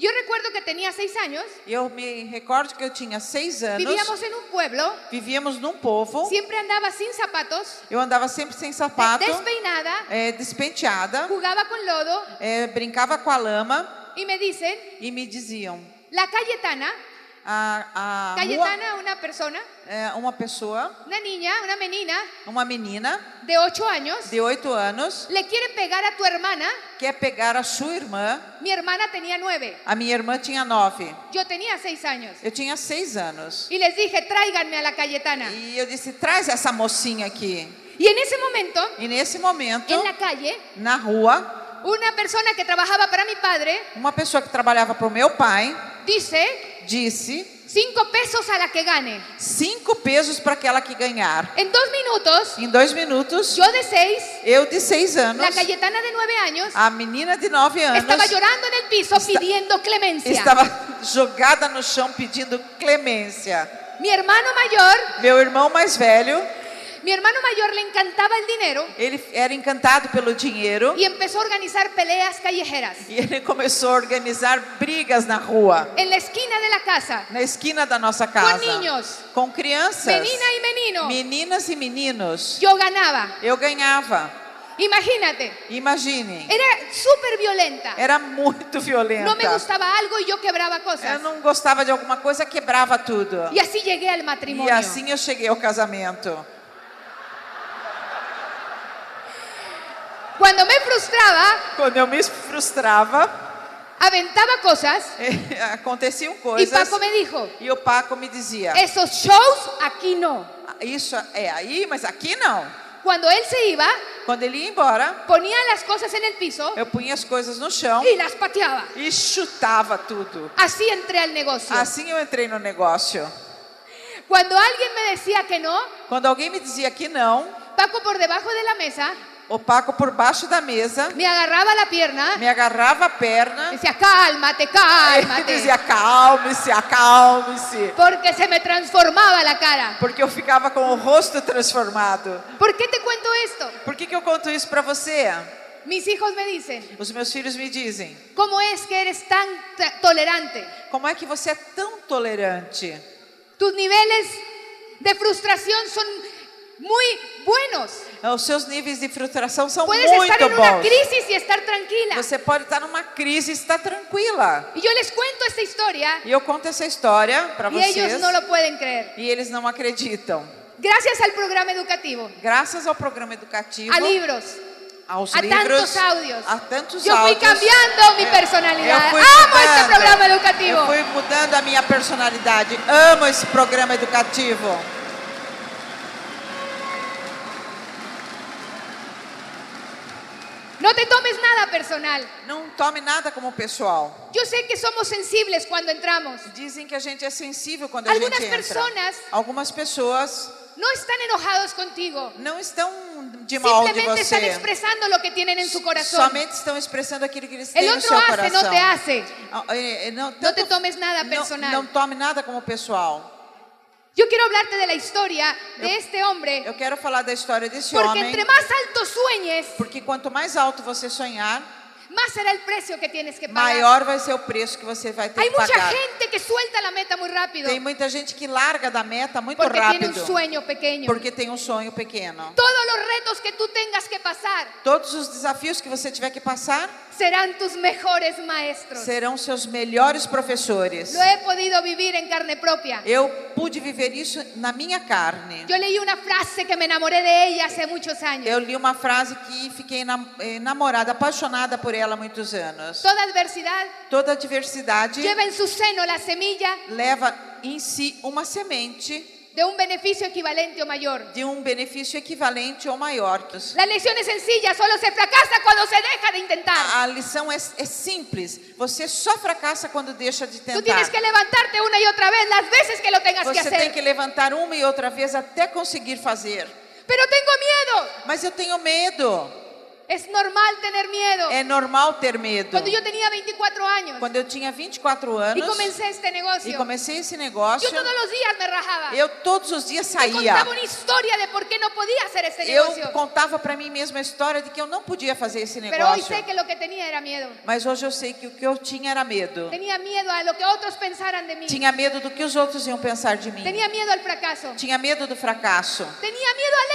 Yo recuerdo que tenía seis años,
Eu me recordo que eu tinha seis anos,
vivíamos en un pueblo,
vivíamos num povo,
siempre andaba sin zapatos,
eu andava sempre sem
de-
sapato,
despeinada,
eh, despenteada,
jugaba con lodo
eh, brincava com a lama
y me dicen
e me diziam,
La Cayetana,
a, a rua,
Cayetana, una persona,
eh, uma pessoa,
una niña, una menina
uma menina
de 8 años,
de oito anos,
le quiere pegar a tu hermana.
quer pegar a sua irmã,
Mi hermana tenía 9,
a minha irmã tinha nove,
yo tenía 6 años.
eu tinha seis anos.
Y les dije, tráiganme a la Cayetana.
E eu disse, traz essa mocinha aqui.
Y en ese momento,
E nesse momento,
en la calle,
na rua,
una persona que trabajaba para mi padre
uma pessoa que trabalhava para o meu pai
dice
disse
Cinco pesos a la que gane.
Cinco pesos para aquela que ganhar.
En dos minutos,
Em dois minutos,
yo de seis,
eu de seis anos,
la Cayetana de nueve años,
a menina de nove anos,
estaba llorando en el piso pidiendo clemencia.
estava <laughs> jogada no chão pedindo clemência.
Mi hermano mayor,
Meu irmão mais velho,
mi hermano mayor le encantaba el dinero
ele era encantado pelo dinheiro
y empezó a organizar peleas callejeras.
e ele começou a organizar brigas na rua,
En la esquina de la casa,
na esquina da nossa casa.
niños.
Com crianças.
menina y menino,
Meninas e meninos.
yo ganaba.
Eu ganhava.
Imagínate,
Imaginem.
era súper violenta.
Era muito violenta.
No me gustaba algo y yo quebraba
Eu
cosas.
não gostava de alguma coisa, quebrava tudo.
Y así llegué al
E
matrimonio.
assim eu cheguei ao casamento.
Cuando me frustraba,
Quando eu me frustrava, <laughs> eh,
aventaba cosas
aconteciam
y
coisas.
Paco me dijo,
E o Paco me dizia:
esos shows aquí no.
Isso é aí, mas aqui não.
Cuando él se iba,
Quando ele ia embora,
ponía las cosas en el piso
eu punha as coisas no chão
y las pateaba.
e chutava tudo.
Así entré al negocio.
Assim eu entrei no negócio.
Cuando alguien me decía que no,
Quando alguém me dizia que não,
Paco por debajo de la mesa
o Paco por baixo da mesa
me agarraba la pierna,
me agarrava a perna
decía, cálmate,
<laughs> e dizia:
cálmate.
acalme-se, acalme-se.
Porque se me transformaba la cara.
Porque eu ficava com o rosto transformado.
¿Por qué te cuento esto?
Por que, que eu conto isso pra você?
Mis hijos me dicen,
Os meus filhos me dizem:
¿cómo es que eres tan t- tolerante?
como é que você é tão tolerante?
Tus niveles de frustración son muy buenos.
Os seus níveis de frustração são
Puedes estar
muito
en una
bons.
crisis y estar tranquila.
Você pode estar numa crise e estar tranquila.
Y yo les cuento esta historia
E eu conto essa história pra
y
vocês.
ellos no lo pueden creer.
E eles não acreditam.
Gracias al programa educativo,
Graças ao programa educativo,
a libros,
aos
a
livros,
tantos audios,
a tantos
yo fui
áudios.
cambiando mi
Eu-
personalidad.
eu fui
Amo este
mudando.
programa
Eu
educativo.
fui mudando a minha personalidade. Amo esse programa educativo.
No te tomes nada personal.
Não tome nada como pessoal.
Yo sé que somos sensibles cuando entramos.
Dizem que a gente é sensível quando a
Algumas
gente entra.
personas-
Algumas pessoas
No están enojados contigo.
não estão de mal de
Simplemente están
você.
expresando lo que tienen en su corazón.
Somente estão expressando aquilo que eles têm
El
no
otro
seu
hace,
coração.
no te hace.
Ah, eh, eh, Não,
No
tanto-
te tomes nada
não-
personal.
Não, tome nada como pessoal.
Yo quiero hablarte de la historia de este hombre,
Eu quero falar da história desse
porque
homem.
entre más alto sueñes,
Porque quanto mais alto você sonhar,
más será el precio que tienes que pagar.
maior vai ser o preço que você vai ter
Hay
que
mucha
pagar.
gente que suelta la meta muy rápido
Tem muita gente que larga da meta muito
porque um tiene
rápido
un sueño pequeño.
porque tem um sonho pequeno.
Todos los retos que tú tengas que pasar
Todos os desafios que você tiver que passar
serán tus mejores maestros.
serão seus melhores professores.
Lo he podido vivir en carne propia.
Eu pude viver isso na minha carne.
Yo leí una frase que me enamoré de ella hace muchos años.
Eu li uma frase que fiquei nam- eh, namorada, apaixonada por ela há muitos anos.
Toda adversidad
Toda diversidade
lleva en su seno la semilla
leva em si uma semente
de un beneficio equivalente o mayor.
de um benefício equivalente ou maior.
La lección es sencilla, solo se fracasa cuando se deja de intentar.
A a lição é, é simples. Você só fracassa quando deixa de
Tú
tentar.
tienes que levantarte una y otra vez las veces que lo tengas que
Você tem Pues que
hacer.
levantar uma e outra vez até conseguir fazer.
Pero tengo miedo.
Mas eu tenho medo.
Es normal tener miedo.
É normal ter medo.
Cuando yo tenía 24 años
Quando eu tinha 24
y
anos
comencé este
e
negocio,
comecei esse negócio,
yo todos los días me rajaba.
eu todos os dias
Yo
saía.
contaba una historia de por qué no podía hacer este
Eu
negocio.
contava para mim mesma a história de que eu não podia fazer esse
Pero hoy
negócio.
sé que lo que tenía era miedo.
Mas hoje eu sei que o que eu tinha era medo.
Tenía miedo a lo que otros pensaran de mí.
Tinha medo do que os outros iam pensar de mim.
Tenía miedo al fracaso.
Tinha medo do fracasso.
Tenía miedo al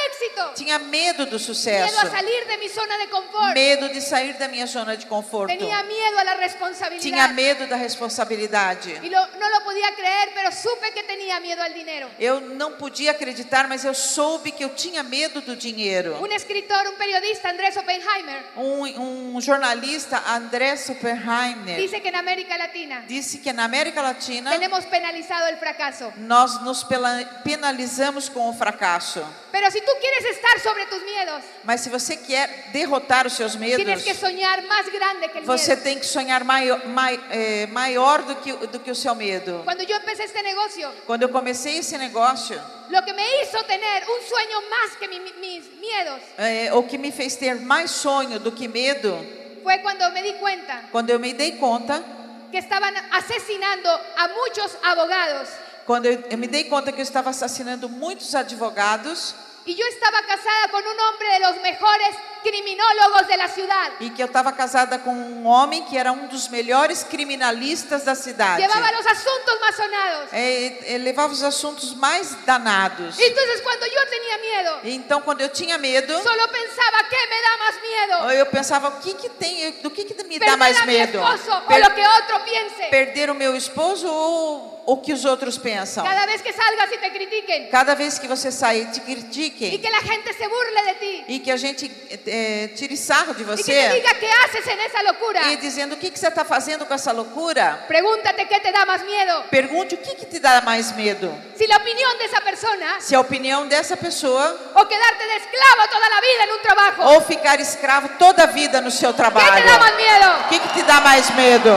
éxito.
Tinha medo do
Miedo
sucesso.
a salir de mi zona de confort.
Medo de sair da minha zona de conforto.
Tenía miedo a la
Tinha
responsabilidad.
medo da responsabilidade.
Y lo- no lo podía creer, pero supe que tenía miedo al dinero.
Eu não podia acreditar, mas eu soube que eu tinha medo do dinheiro.
Un escritor, un periodista, Andrés Oppenheimer,
Um, um jornalista, André Oppenheimer,
dice que en América Latina
disse que na América Latina
tenemos penalizado el fracaso.
nós nos pela- penalizamos com o fracasso.
Pero si tú quieres estar sobre tus miedos,
Mas se você quer derrotar os seus medos.
Tienes que soñar más grande que el
Você
miedo.
tem que sonhar maio- mai- eh, maior do que, o- do que o seu medo.
Cuando yo empecé este negocio,
Quando eu comecei esse negócio,
lo que me hizo tener un sueño más que mi- mi- mis miedos
eh, o que me fez ter mais sonho do que medo,
fue cuando me di cuenta
quando eu me dei conta,
que estaban asesinando a muchos abogados
quando eu, eu me dei conta que eu estava assassinando muitos advogados
y yo estaba casada con un hombre de los mejores criminólogos de la ciudad.
e que eu estava casada com um homem que era um dos melhores criminalistas da cidade.
Llevaba los asuntos más sonados.
Eh. É, é, levava os assuntos mais danados.
Entonces cuando yo tenía miedo,
Então, quando eu tinha medo,
solo pensaba qué me da más miedo.
eu pensava: o que que tem? Do que que me dá
Perder
mais
a mi
medo?
esposo o
Per-
lo que otro piense.
perder o meu esposo ou o que os outros pensam?
Cada vez que salgas y te critiquen
Cada vez que você sair, te
y
critiquem
que la gente se burle de ti
e que a gente é, tire sarro de
y que te
você
diga qué haces en esa locura.
e dizendo: o que que você está fazendo com essa loucura?
Pregúntate qué te da más miedo.
Pergunte o que que te dá mais medo:
Si la opinión de esa persona
se a opinião dessa pessoa
o quedarte de esclavo toda la vida en un trabajo.
ou ficar escravo toda a vida no seu
¿Qué te da más
trabalho. O
miedo?
que que te dá mais medo?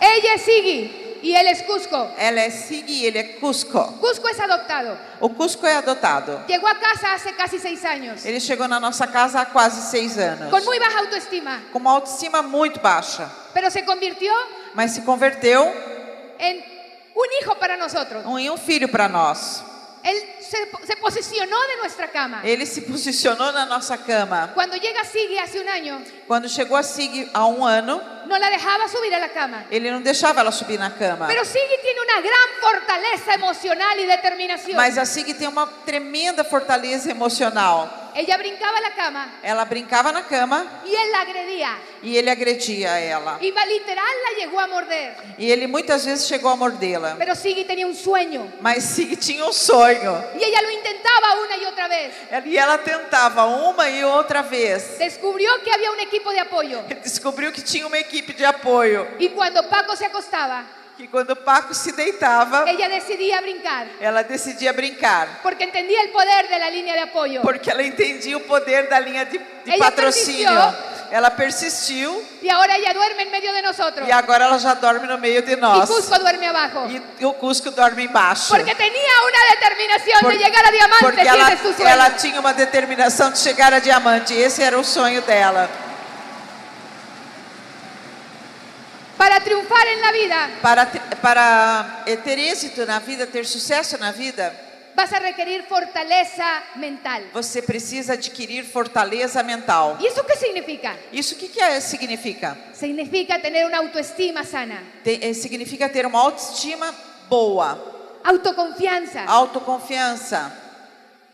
Ella es Iggy y él es Cusco.
Ela é Sigui e ele é Cusco.
Cusco es adoptado.
O Cusco é adotado.
Llegó a casa hace casi seis años,
Ele chegou na nossa casa há quase seis anos.
con muy baja autoestima,
Com uma autoestima muito baixa.
pero se convirtió
Mas se converteu
en un hijo para nosotros.
em um filho para nós.
Él se, se posicionó de nuestra cama.
Ele se <laughs> posicionou na nossa cama.
Cuando llega Siggy hace un año,
Quando chegou a Sig há um ano,
no la dejaba subir a la cama.
ele não deixava ela subir na cama.
Pero Siggy tiene una gran fortaleza emocional y determinación.
Mas a Sig tem uma tremenda fortaleza emocional.
Ella brincaba a la cama
Ela brincava na cama
y él la agredía.
e ele agredia ela.
Y va- literal la llegó a morder.
E ele muitas vezes chegou a mordê-la.
Pero Siggy tenía un sueño
Mas Sig <laughs> tinha um sonho.
y ella lo intentaba una y otra vez.
E ela tentava uma e outra vez.
Descubrió que había un equipo de apoio
Descobriu que tinha uma equipe de apoio.
y cuando Paco se acostaba,
Que quando o Paco se deitava,
ella decidía brincar
ela decidia brincar.
porque entendía el poder de la línea de apoio.
Porque ela entendia o poder da linha de, de
Ela
patrocínio. Ela persistiu
Y ahora ella duerme en medio de nosotros
e agora ela já dorme no meio de
y
nós.
Cusco duerme abajo
E o Cusco dorme embaixo.
porque tenía una determinación
Por-
de llegar a diamante
porque
y
ela,
ese es su sueño.
ela tinha uma determinação de chegar a diamante. Esse era o sonho dela.
Para triunfar en la vida
Para, te- para eh, ter êxito na vida, ter sucesso na vida,
vas a requerir fortaleza mental.
Você precisa adquirir fortaleza mental.
¿Y eso qué significa?
Isso o que, que é, significa?
Significa tener una autoestima sana,
Te- eh, significa ter uma autoestima boa,
autoconfianza,
autoconfiança,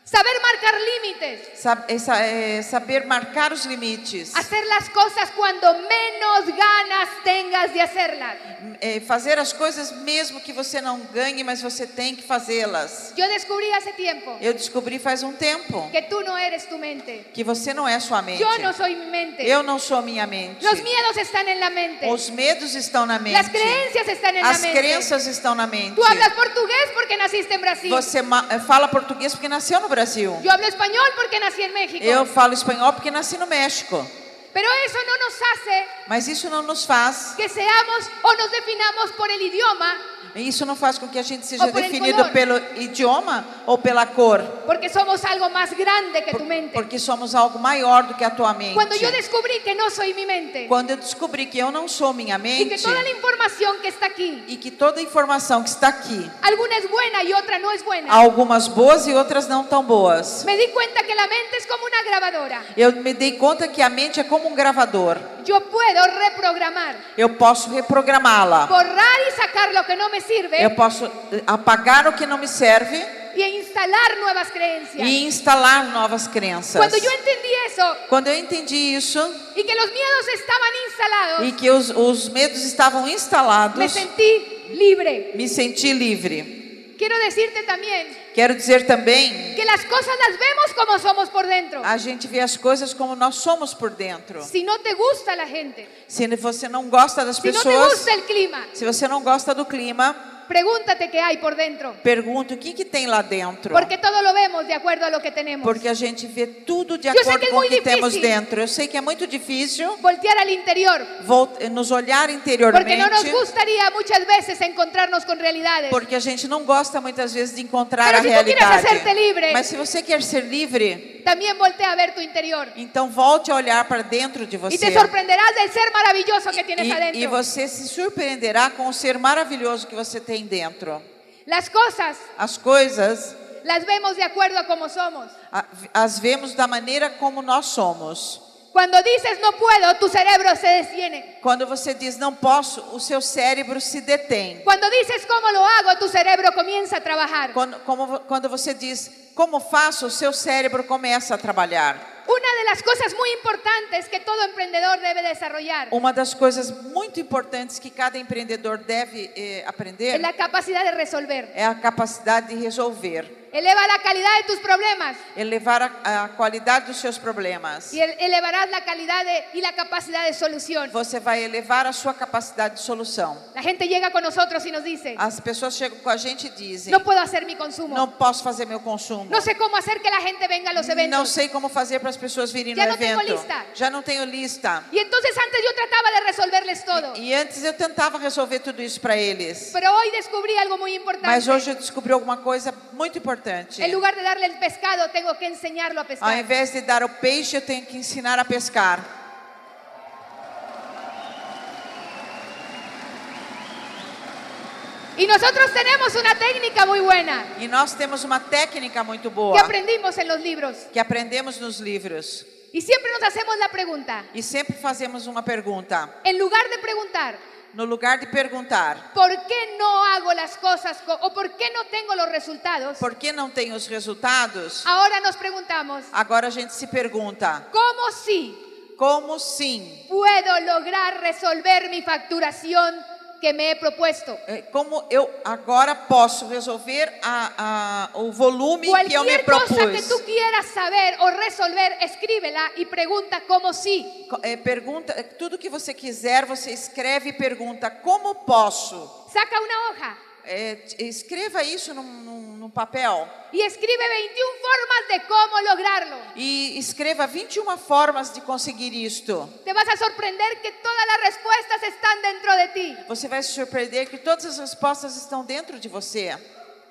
saber marcar límites.
sa- eh, sa- eh, saber marcar os limites,
Hacer las cosas cuando menos ganas tengas de hacerlas.
eh, fazer as coisas mesmo que você não ganhe, mas você tem que fazê-las.
Yo descubrí hace tiempo
Eu descobri faz um tempo
que tú no eres tu mente.
que você não é sua mente.
Yo no soy mi mente.
Eu não sou minha mente.
Los miedos están en la mente.
Os medos estão na mente.
Las creencias están en la
As
mente.
crenças estão na mente.
Tú hablas assim. portugués porque naciste en Brasil.
Você ma- eh, fala português porque nasceu no Brasil.
Yo hablo español porque nací en México.
Eu falo espanhol porque nasci no México,
Pero eso no nos hace
mas isso não nos faz,
que seamos o nos definamos por el idioma
isso não faz com que a gente seja
Ou por
definido
incolor.
pelo idioma ou pela cor,
porque somos algo más grande que tu mente.
porque somos algo maior do que a tua mente.
Cuando yo descubrí que no soy mi mente
Quando eu descobri que eu não sou minha
y que
mente
toda la información que está aquí
e que toda a informação que está aqui,
Alguna es buena y otra no es buena.
algumas boas e outras não tão boas,
Me di cuenta que la mente es como una grabadora.
eu me dei conta que a mente é como um gravador.
Yo puedo reprogramar,
Eu posso reprogramá-la.
borrar y sacar lo que no me
Eu
sirve
posso eh, apagar o que não me serve
y instalar nuevas creencias.
e instalar novas crenças.
Cuando yo entendí eso
Quando eu entendi isso,
y que los miedos estaban
e
instalados,
que os, os medos estavam
me
instalados,
sentí libre.
me senti livre.
Quiero decirte también
Quero dizer também
que las cosas las vemos como somos por dentro.
A gente vê as coisas como nós somos por dentro.
Si no te gusta la gente,
Se você não gosta das
si no te
pessoas,
gusta el clima,
se você não gosta do clima,
pregúntate qué hay por dentro.
pergunta o que, que tem lá dentro.
Porque todo lo vemos de acuerdo a lo que tenemos.
Porque a gente vê tudo de
Eu sei
acordo
que é
com o que
muito
temos
difícil.
dentro. Eu sei que é muito difícil
Voltear al interior.
volt- nos olhar
Porque no nos
interiormente,
gustaría muchas veces encontrarnos con realidades.
porque a gente não gosta muitas vezes de encontrar
Pero
a
se tu quieres
realidade.
hacerte libre-
Mas se você quer ser livre,
También voltea a ver tu interior.
então volte a olhar para dentro de
Y
você.
te sorprenderás del ser maravilloso que tienes
E, e
adentro.
você se surpreenderá com o ser maravilhoso que você tem dentro.
Las cosas
As coisas
las vemos de acuerdo a cómo somos.
a- as vemos da maneira como nós somos.
Cuando dices no puedo, tu cerebro se detiene.
Quando você diz não posso, o seu cérebro se detém.
Cuando dices cómo lo hago, tu cerebro comienza a trabajar.
Quando, como vo- quando você diz como faço, o seu cérebro começa a trabalhar.
Una de las cosas muy importantes que todo emprendedor debe desarrollar
Uma das coisas muito importantes que cada empreendedor deve eh, aprender
es la capacidad de resolver.
é a capacidade de resolver,
Eleva la calidad de tus problemas
elevar a, a qualidade dos seus problemas.
y el- elevarás la calidad de- y la capacidad de solución.
Você vai elevar a sua capacidade de solução.
La gente llega con nosotros y nos dice,
As pessoas chegam com a gente e dizem:
no puedo hacer mi
Não
consumo,
posso fazer meu consumo.
no sé cómo hacer que la gente venga a los
Não
eventos.
sei como fazer para as pessoas virem
Já
no
não tenho
evento.
lista.
Já não tenho lista.
Y entonces antes yo trataba de resolverles todo,
E antes eu tentava resolver tudo isso para eles.
pero hoy descubrí algo muy
Mas
importante.
hoje eu descobri alguma coisa muito importante.
En É lugar de darle el pescado, tengo que enseñarlo a
Ao
pescar.
invés de dar o peixe, eu tenho que ensinar a pescar.
Y nosotros tenemos una técnica muy buena
E nós temos uma técnica muito
que
boa
aprendimos en los libros.
que aprendemos nos livros.
Y siempre nos hacemos la pregunta,
E sempre fazemos uma pergunta.
en lugar de preguntar,
No lugar de perguntar
¿por qué no hago las cosas co- o por qué no tengo los resultados?
por que não tem os resultados,
Ahora nos preguntamos,
agora a gente se pergunta
¿cómo sí
como sim?
puedo lograr resolver mi facturación que me he propuesto?
É, Como eu agora posso resolver a, a, o volume que eu me
Cualquier cosa que
propus?
tú quieras saber o resolver, escríbela y pregunta cómo sí.
Co- é, pergunta é, tudo que você quiser, você escreve e pergunta como posso.
Saca una hoja
É, t- escreva isso num, num- num papel
y escribe 21 formas de cómo lograrlo.
e escreva 21 formas de conseguir isto.
Te vas a sorprender que todas las respuestas están dentro de ti.
Você vai se surpreender que todas as respostas estão dentro de você.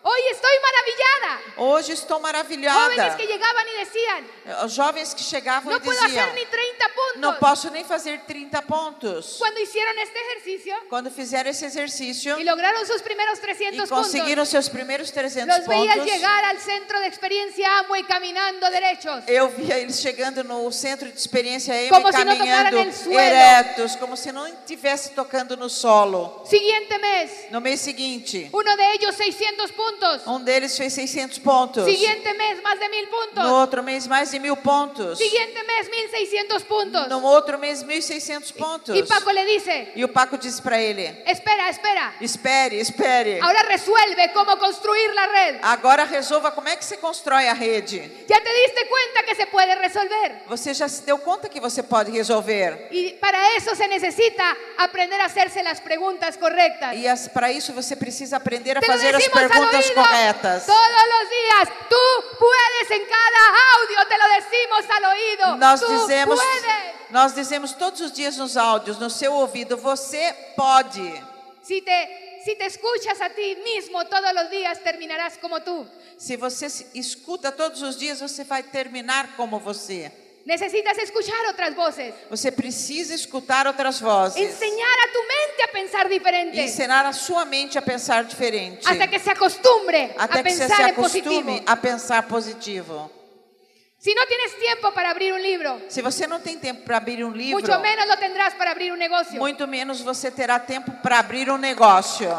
Hoy estoy maravillada.
Hoje estou
Jóvenes
maravilhada.
que llegaban y decían,
Os jovens que chegavam
no puedo
diziam:
hacer ni 30
Não
puntos.
posso nem fazer 30 pontos.
Cuando hicieron este ejercicio
Quando fizeron esse exercício
y lograron sus primeros
e
300 puntos,
conseguiram seus primeiros 300
los veías
pontos,
llegar al centro de experiencia Amway
Eh,
caminando derechos.
eu via eles chegando no centro de experiência e
Como se não
caminhando
tocaram no suelo.
eretos, como se não estivesse tocando no solo.
Siguiente mes,
No mês seguinte,
uno de ellos 600 puntos.
um deles fez 600 pontos.
Siguiente mes, más de mil puntos.
No outro mês, mais de mil pontos.
Siguiente mes, 1600 puntos.
No outro mês, 1.600 pontos.
Y Paco le dice,
E o Paco disse para ele:
espera, espera.
Espere, espere.
Ahora resuelve cómo construir la red.
Agora resolva como é que você constrói a rede.
Ya te diste cuenta que se puede resolver.
Você já se deu conta que você pode resolver.
Y para eso se necesita aprender a hacerse las preguntas correctas.
E para isso você precisa aprender a
Te lo
fazer as
decimos al
perguntas
oído
corretas.
todos los días. Tú puedes en cada audio, te lo decimos al oído.
Nós
Tú
dizemos,
puedes.
nós dizemos todos os dias nos áudios, no seu ouvido, você pode.
Si te, si te escuchas a ti mismo todos los días, terminarás como tú.
Se você se- escuta todos os dias, você vai terminar como você.
Necesitas escuchar otras voces.
Você precisa escutar outras vozes.
Enseñar a tu mente a pensar
E
diferente.
ensinar a sua mente a pensar diferente.
Hasta que se acostumbre
Até
a
que você se
pensar en
acostume
positivo.
a pensar positivo.
Si no tienes tiempo para abrir un libro,
Se você não tem tempo para abrir um livro,
mucho menos lo tendrás para abrir un negocio.
muito menos você terá tempo para abrir um negócio.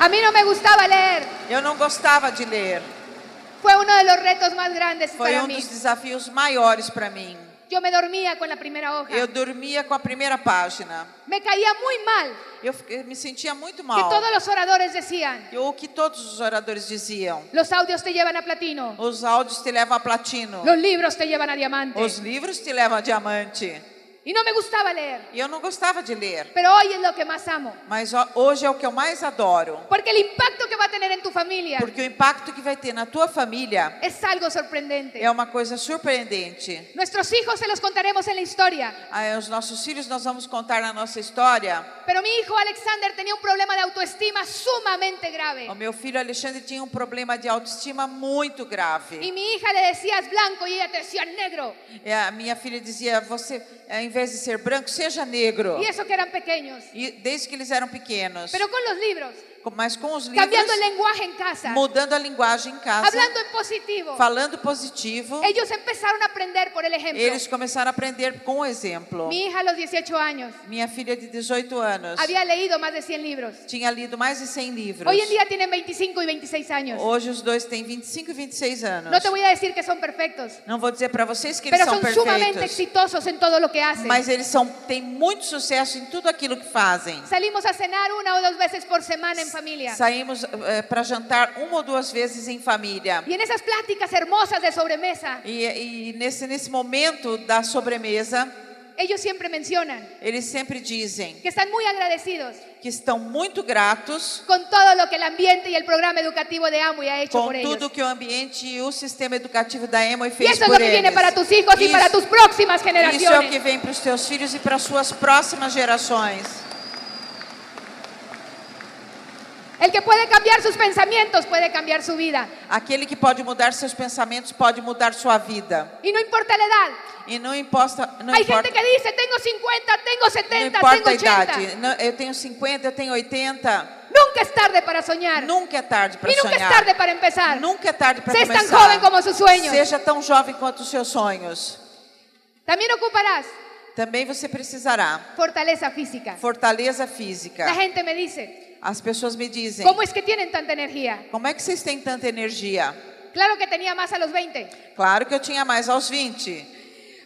A mí no me gustaba leer.
Eu não gostava de ler.
Fue uno de los retos más grandes
Foi
para
um
mí.
dos desafios maiores para mim.
Yo me dormía con la primera hoja.
Eu dormia com a primeira página.
Me caía muy mal
Eu fiquei- me sentia muito
que
mal.
todos los oradores decían,
E O que todos os oradores diziam.
los audios te llevan a platino,
Os áudios te levam a platino.
los libros te llevan a diamante.
Os livros te levam a diamante.
Y no me gustaba leer,
E eu não gostava de ler.
pero hoy es lo que más amo.
Mas ho- hoje é o que eu mais adoro.
Porque el impacto que va a tener en tu familia
Porque o impacto que vai ter na tua família
es algo sorprendente.
é uma coisa surpreendente.
Nuestros hijos se los contaremos en la historia.
Ah, Os nossos filhos, nós vamos contar na nossa história.
Pero mi hijo Alexander tenía un problema de autoestima sumamente grave.
O meu filho Alexandre tinha um problema de autoestima muito
Y
grave.
mi hija le decías blanco y ella te decía negro.
E a minha filha dizia: você, eh, em vez de ser branco, seja negro.
Y eso que eran pequeños.
E desde que eles eram pequenos.
Pero con los libros,
Com- Mas com os livros,
cambiando el lenguaje en casa,
mudando a linguagem em casa,
hablando en positivo,
falando positivo,
ellos empezaron a aprender por el ejemplo.
eles começaram a aprender com o exemplo.
Mi hija a los 18 años
Minha filha de 18 anos
había leído más de 100 libros.
tinha lido mais de 100 livros.
Hoy en día tienen 25 y 26 años.
Hoje os dois têm 25 e 26 anos.
No te voy a decir que son perfectos,
Não vou dizer para vocês que eles
pero
são
son sumamente
perfeitos,
exitosos en todo lo que hacen.
mas eles são, têm muito sucesso em tudo aquilo que fazem.
Salimos a cenar una o dos veces por semana en familia.
Saímos para jantar uma ou duas vezes em família.
Y en esas pláticas hermosas de sobremesa,
E, e nesse, nesse momento da sobremesa,
ellos siempre mencionan
eles sempre dizem
que están muy agradecidos
que estão muito gratos
con todo lo que el ambiente y el programa educativo de Amway ha hecho
com
por ellos.
tudo que o ambiente e o sistema educativo da Emoy
Y
fez
eso es lo
por
que viene
eles.
para tus hijos y
Isso-
para tus próximas
Isso é o que
generaciones.
vem para os teus filhos e para as suas próximas gerações.
El que puede cambiar sus pensamientos puede cambiar su vida.
Aquele que pode mudar seus pensamentos pode mudar sua vida.
Y no importa la edad.
E não importa, não
Hay
importa,
gente que dice, tengo 50, tengo
não
70, tengo
importa a
80.
idade. Não, eu tenho 50, eu tenho 80.
Nunca es tarde para soñar.
Nunca é tarde para
y nunca
sonhar.
es tarde para empezar.
Nunca é tarde para
Seja tão
começar.
jovem como seus sonhos.
Seja tão jovem quanto os seus sonhos.
También ocuparás
Também você precisará
fortaleza física.
fortaleza física.
La gente me dice,
As pessoas me dizem,
¿cómo es que tienen tanta energía?
como é que vocês têm tanta energia?
Claro que tenía más a los 20,
Claro que eu tinha mais aos 20,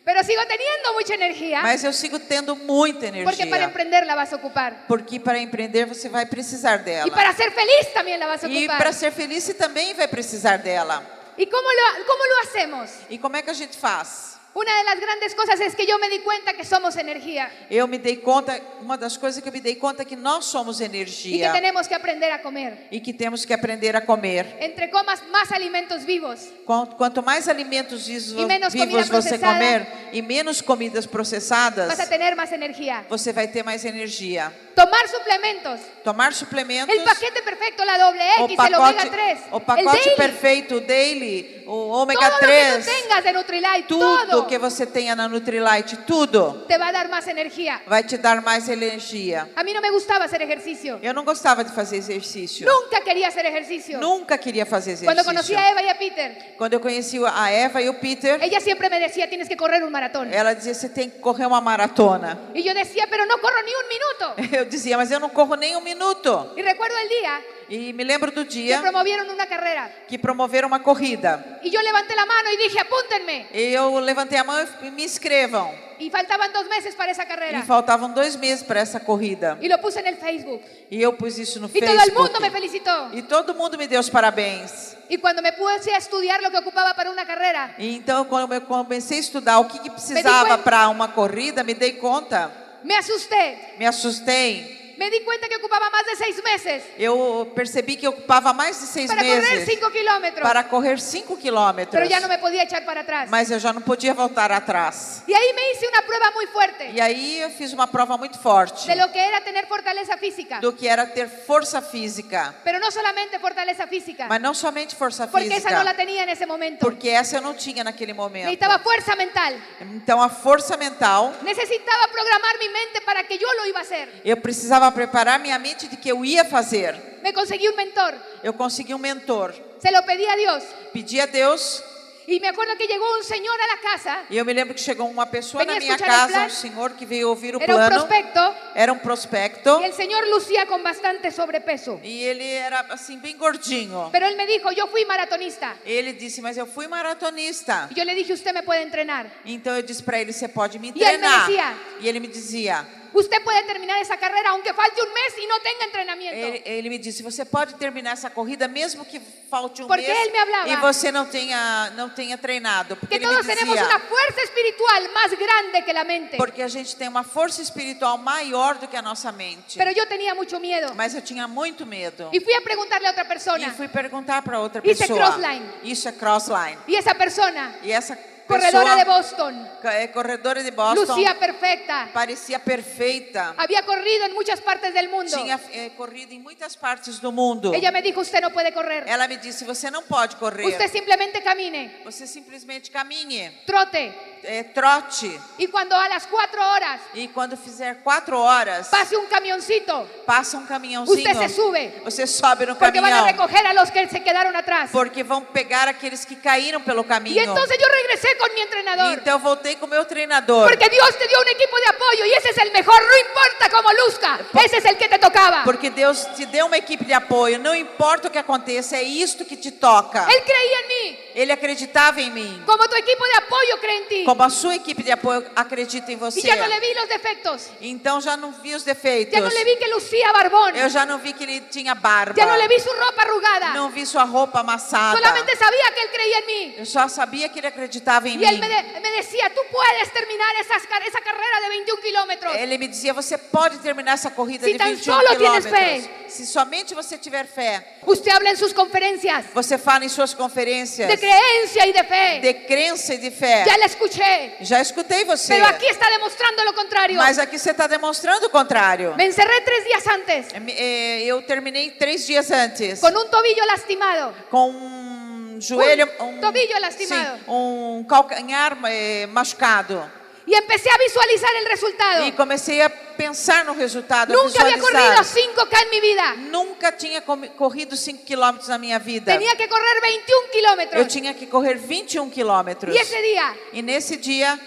pero sigo teniendo mucha energía
mas eu sigo tendo muita energia.
É? porque para emprender la vas a ocupar.
Porque para empreender você vai precisar
Y
dela.
para ser feliz también la vas a
E para
ocupar.
ser feliz você também vai precisar dela.
¿Y cómo lo, cómo lo hacemos?
E como é que a gente faz?
Una de las grandes cosas es que yo me di cuenta que somos energía
Eu me dei conta, uma das coisas que eu me dei conta é que nós
y
somos
que
energia
tenemos que aprender a comer.
e que temos que aprender a comer.
Entre comas más alimentos vivos.
Quanto quanto mais alimentos vivos
E menos comida
vivos você
processada. é
comer e menos comidas processadas,
Vas a tener más energía.
você vai ter mais energia.
Tomar suplementos.
Tomar suplementos,
El paquete perfecto, la doble
o
X, el omega
pacote,
3,
o
el
pacote
daily.
perfeito, o daily, o ômega
todo lo que
3,
tú tengas de Nutrilite,
tudo
todo
que você tenha na Nutrilite, tudo
te va a dar más energía.
vai te dar mais energia.
A mí no me gustaba hacer ejercicio.
Eu não gostava de fazer exercício.
Nunca quería hacer ejercicio.
Nunca queria fazer exercício.
Cuando conocí a Eva y a Peter,
Quando eu conheci a Eva e o Peter,
ella siempre me decía, tienes que correr un maratón.
ela dizia, você tem que correr uma maratona.
Y yo decía, pero no corro ni un minuto.
Eu dizia, mas eu não corro nem um minuto.
Y recuerdo el día
E me lembro do
que
dia
promovieron una carrera.
que promoveram uma corrida.
Y yo levanté la mano y dije, apúntenme.
E eu levantei a mão e f- me inscrevam.
Y faltaban dos meses para esa
E
carrera.
faltavam dois meses para essa corrida.
Y lo puse en el Facebook.
E eu pus isso no
Y todo el mundo me
Facebook.
felicitó.
E todo mundo me deu os parabéns.
Y cuando me puse a estudiar lo que ocupaba para una carrera,
E então, quando eu comecei a estudar o que, que
Me dei
precisava
conta.
para uma corrida, me dei conta.
me asusté.
Me assustei.
Me di cuenta que ocupaba más de seis meses
Eu percebi que ocupava mais de seis
para correr
meses
cinco kilómetros.
para correr cinco quilômetros.
Pero ya no me podía echar para atrás.
Mas eu já não podia voltar atrás.
Y ahí me hice una prueba muy fuerte
E aí eu fiz uma prova muito forte
de lo que era tener fortaleza física.
do que era ter força física.
Pero no solamente fortaleza física,
Mas não somente força
Ah. porque esa no la
física,
tenía en ese momento.
porque essa eu não tinha naquele momento.
Necesitaba fuerza mental.
Então a força mental,
Necesitaba programar mi mente para que yo lo iba a hacer.
eu precisava preparar minha mente de que eu ia fazer.
Me conseguí un mentor.
Eu consegui um mentor.
Se lo pedí a Dios.
Pedi a Deus
Y me acuerdo que llegó un señor a la casa,
E eu me lembro que chegou uma pessoa
Venha
na minha
escuchar o
casa,
plan.
um senhor que veio ouvir o
era um un
plano.
prospecto,
Era um prospecto.
y el señor lucía con bastante sobrepeso.
E ele era assim bem gordinho.
Pero él me dijo, yo fui maratonista.
Ele disse: "Mas eu fui maratonista".
Y yo le dije, usted me puede entrenar.
Então eu disse para ele: "Você pode me
E ele me
treinar".
dizia-
E ele me dizia:
Usted puede terminar esa carrera aunque falte un mes y no tenga entrenamiento.
ele, ele me disse: "Você pode terminar essa corrida mesmo que falte um
Porque
mês
ele me hablava.
e você não tenha não tenha treinado". Porque
que
ele me
todos tenemos
dizia:
una fuerza espiritual más grande que la mente.
"Porque a gente tem uma força espiritual maior do que a nossa mente".
Pero yo tenía mucho miedo.
Mas eu tinha muito medo.
Y fui a preguntarle a otra
E
persona.
fui perguntar para outra
Isso é
pessoa.
crossline.
Isso é crossline.
Y esa persona,
E essa
corredora de
pessoa,
Boston,
é, corredora de Boston,
lucía perfecta.
parecia perfeita.
Había corrido en muchas partes del mundo.
Tinha é, corrido em muitas partes do mundo.
Ella me dijo, usted no puede correr.
Ela me disse: você não pode correr.
Usted simplemente camine,
Você simplesmente caminhe,
trote.
é, trote.
Y cuando a las cuatro horas
E quando fizer quatro horas,
pase un camioncito,
passa um caminhãozinho.
Usted se sube.
Você sobe no
porque van a
caminhão.
recoger a los que se quedaron atrás.
Porque vão pegar aqueles que caíram pelo caminho.
Y entonces yo regresé con mi entrenador.
Então eu voltei com o meu treinador.
Porque Dios te dio un equipo de apoyo y ese es el mejor, no importa cómo luzca, ese es el que te tocaba.
Porque Deus te deu uma equipe de apoio, não importa o que aconteça, é isto que te toca.
Él creía en mí,
Ele acreditaba em mim.
como tu equipo de apoio cree en ti.
Como a sua equipe de apoio acredita em
Y
você.
ya no le vi los defectos,
Então já não vi os defeitos.
ya no le vi que lucía barbón,
Eu já não vi que ele tinha barba.
ya no le vi su ropa arrugada,
Não vi sua roupa amassada.
solamente sabía que Él creía en mí.
Eu só sabia que ele acreditava em
Y Él
mim.
me, de- me decía, tú puedes terminar esas car- essa carrera de 21 kilómetros.
Ele me dizia: você pode terminar essa corrida
Se
de
tan
21
solo tienes
quilômetros.
fé.
Se somente você tiver fé.
Usted habla en sus conferencias
Você fala em suas conferências
de creencia y de fe,
de crença e de fé.
ya la escuché,
Já escutei você.
pero aquí está demostrando lo contrario.
Mas aqui você está demonstrando o contrário.
Me encerré tres días antes.
É, Eu terminei três dias antes
con un tobillo lastimado.
com um joelho,
Um tobilho lastimado.
Sim, um calcanhar é, machucado.
Y empecé a visualizar el resultado.
E comecei a pensar no resultado. a
Nunca había
visualizar.
corrido 5K en mi vida.
Nunca tinha comi- corrido 5 quilômetros na minha vida.
Tenía que correr 21
Eu
kilómetros.
tinha que correr 21 quilômetros.
Y ese día
E nesse dia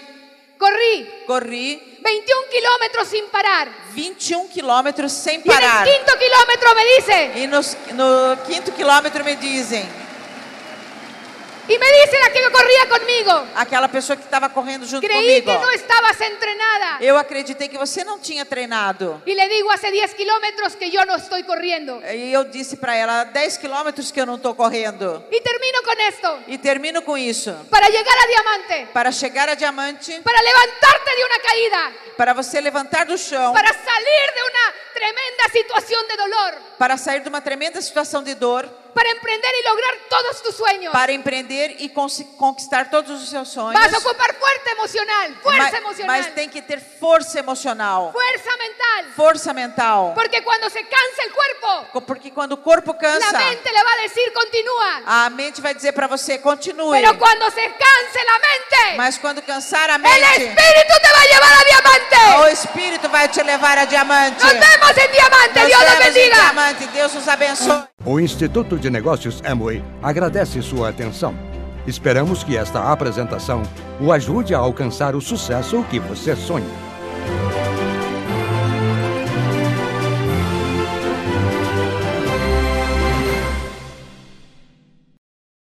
corrí
corri
21 kilómetros sin parar.
21 quilômetros sem
Y en
parar.
el quinto kilómetro me dice,
E nos- no quinto quilômetro me dizem,
y me dice la que corría conmigo,
aquela pessoa que estava correndo junto
creí
comigo.
que no estabas entrenada.
Eu acreditei que você não tinha treinado.
Y le digo hace 10 kilómetros que yo no estoy corriendo.
E eu disse para ela, 10 quilômetros que eu não estou correndo.
Y termino con esto,
E termino com isso.
para llegar a diamante,
Para chegar a diamante,
para levantarte de una caída,
para você levantar do chão,
para salir de una tremenda situación de dolor,
para sair de uma tremenda situação de dor,
para emprender y lograr todos tus sueños.
para empreender e consi- conquistar todos os seus sonhos.
Vas a ocupar fuerza emocional, fuerza
Ma-
emocional,
mas tem que ter força emocional,
fuerza mental,
força mental.
porque cuando se cansa el cuerpo,
Co- Porque quando o corpo cansa,
la mente le va a decir continúa,
a mente vai dizer para você, continue.
pero cuando se canse la mente,
Mas quando cansar a
el
mente,
espíritu te va a llevar a
o
diamante.
Espírito vai te levar a diamante.
Nos vemos en diamante,
Nós
Dios los
temos em
bendiga.
diamante. Deus nos abençoe.
O Instituto de Negócios Amway agradece sua atenção. Esperamos que esta apresentação o ajude a alcançar o sucesso que você sonha.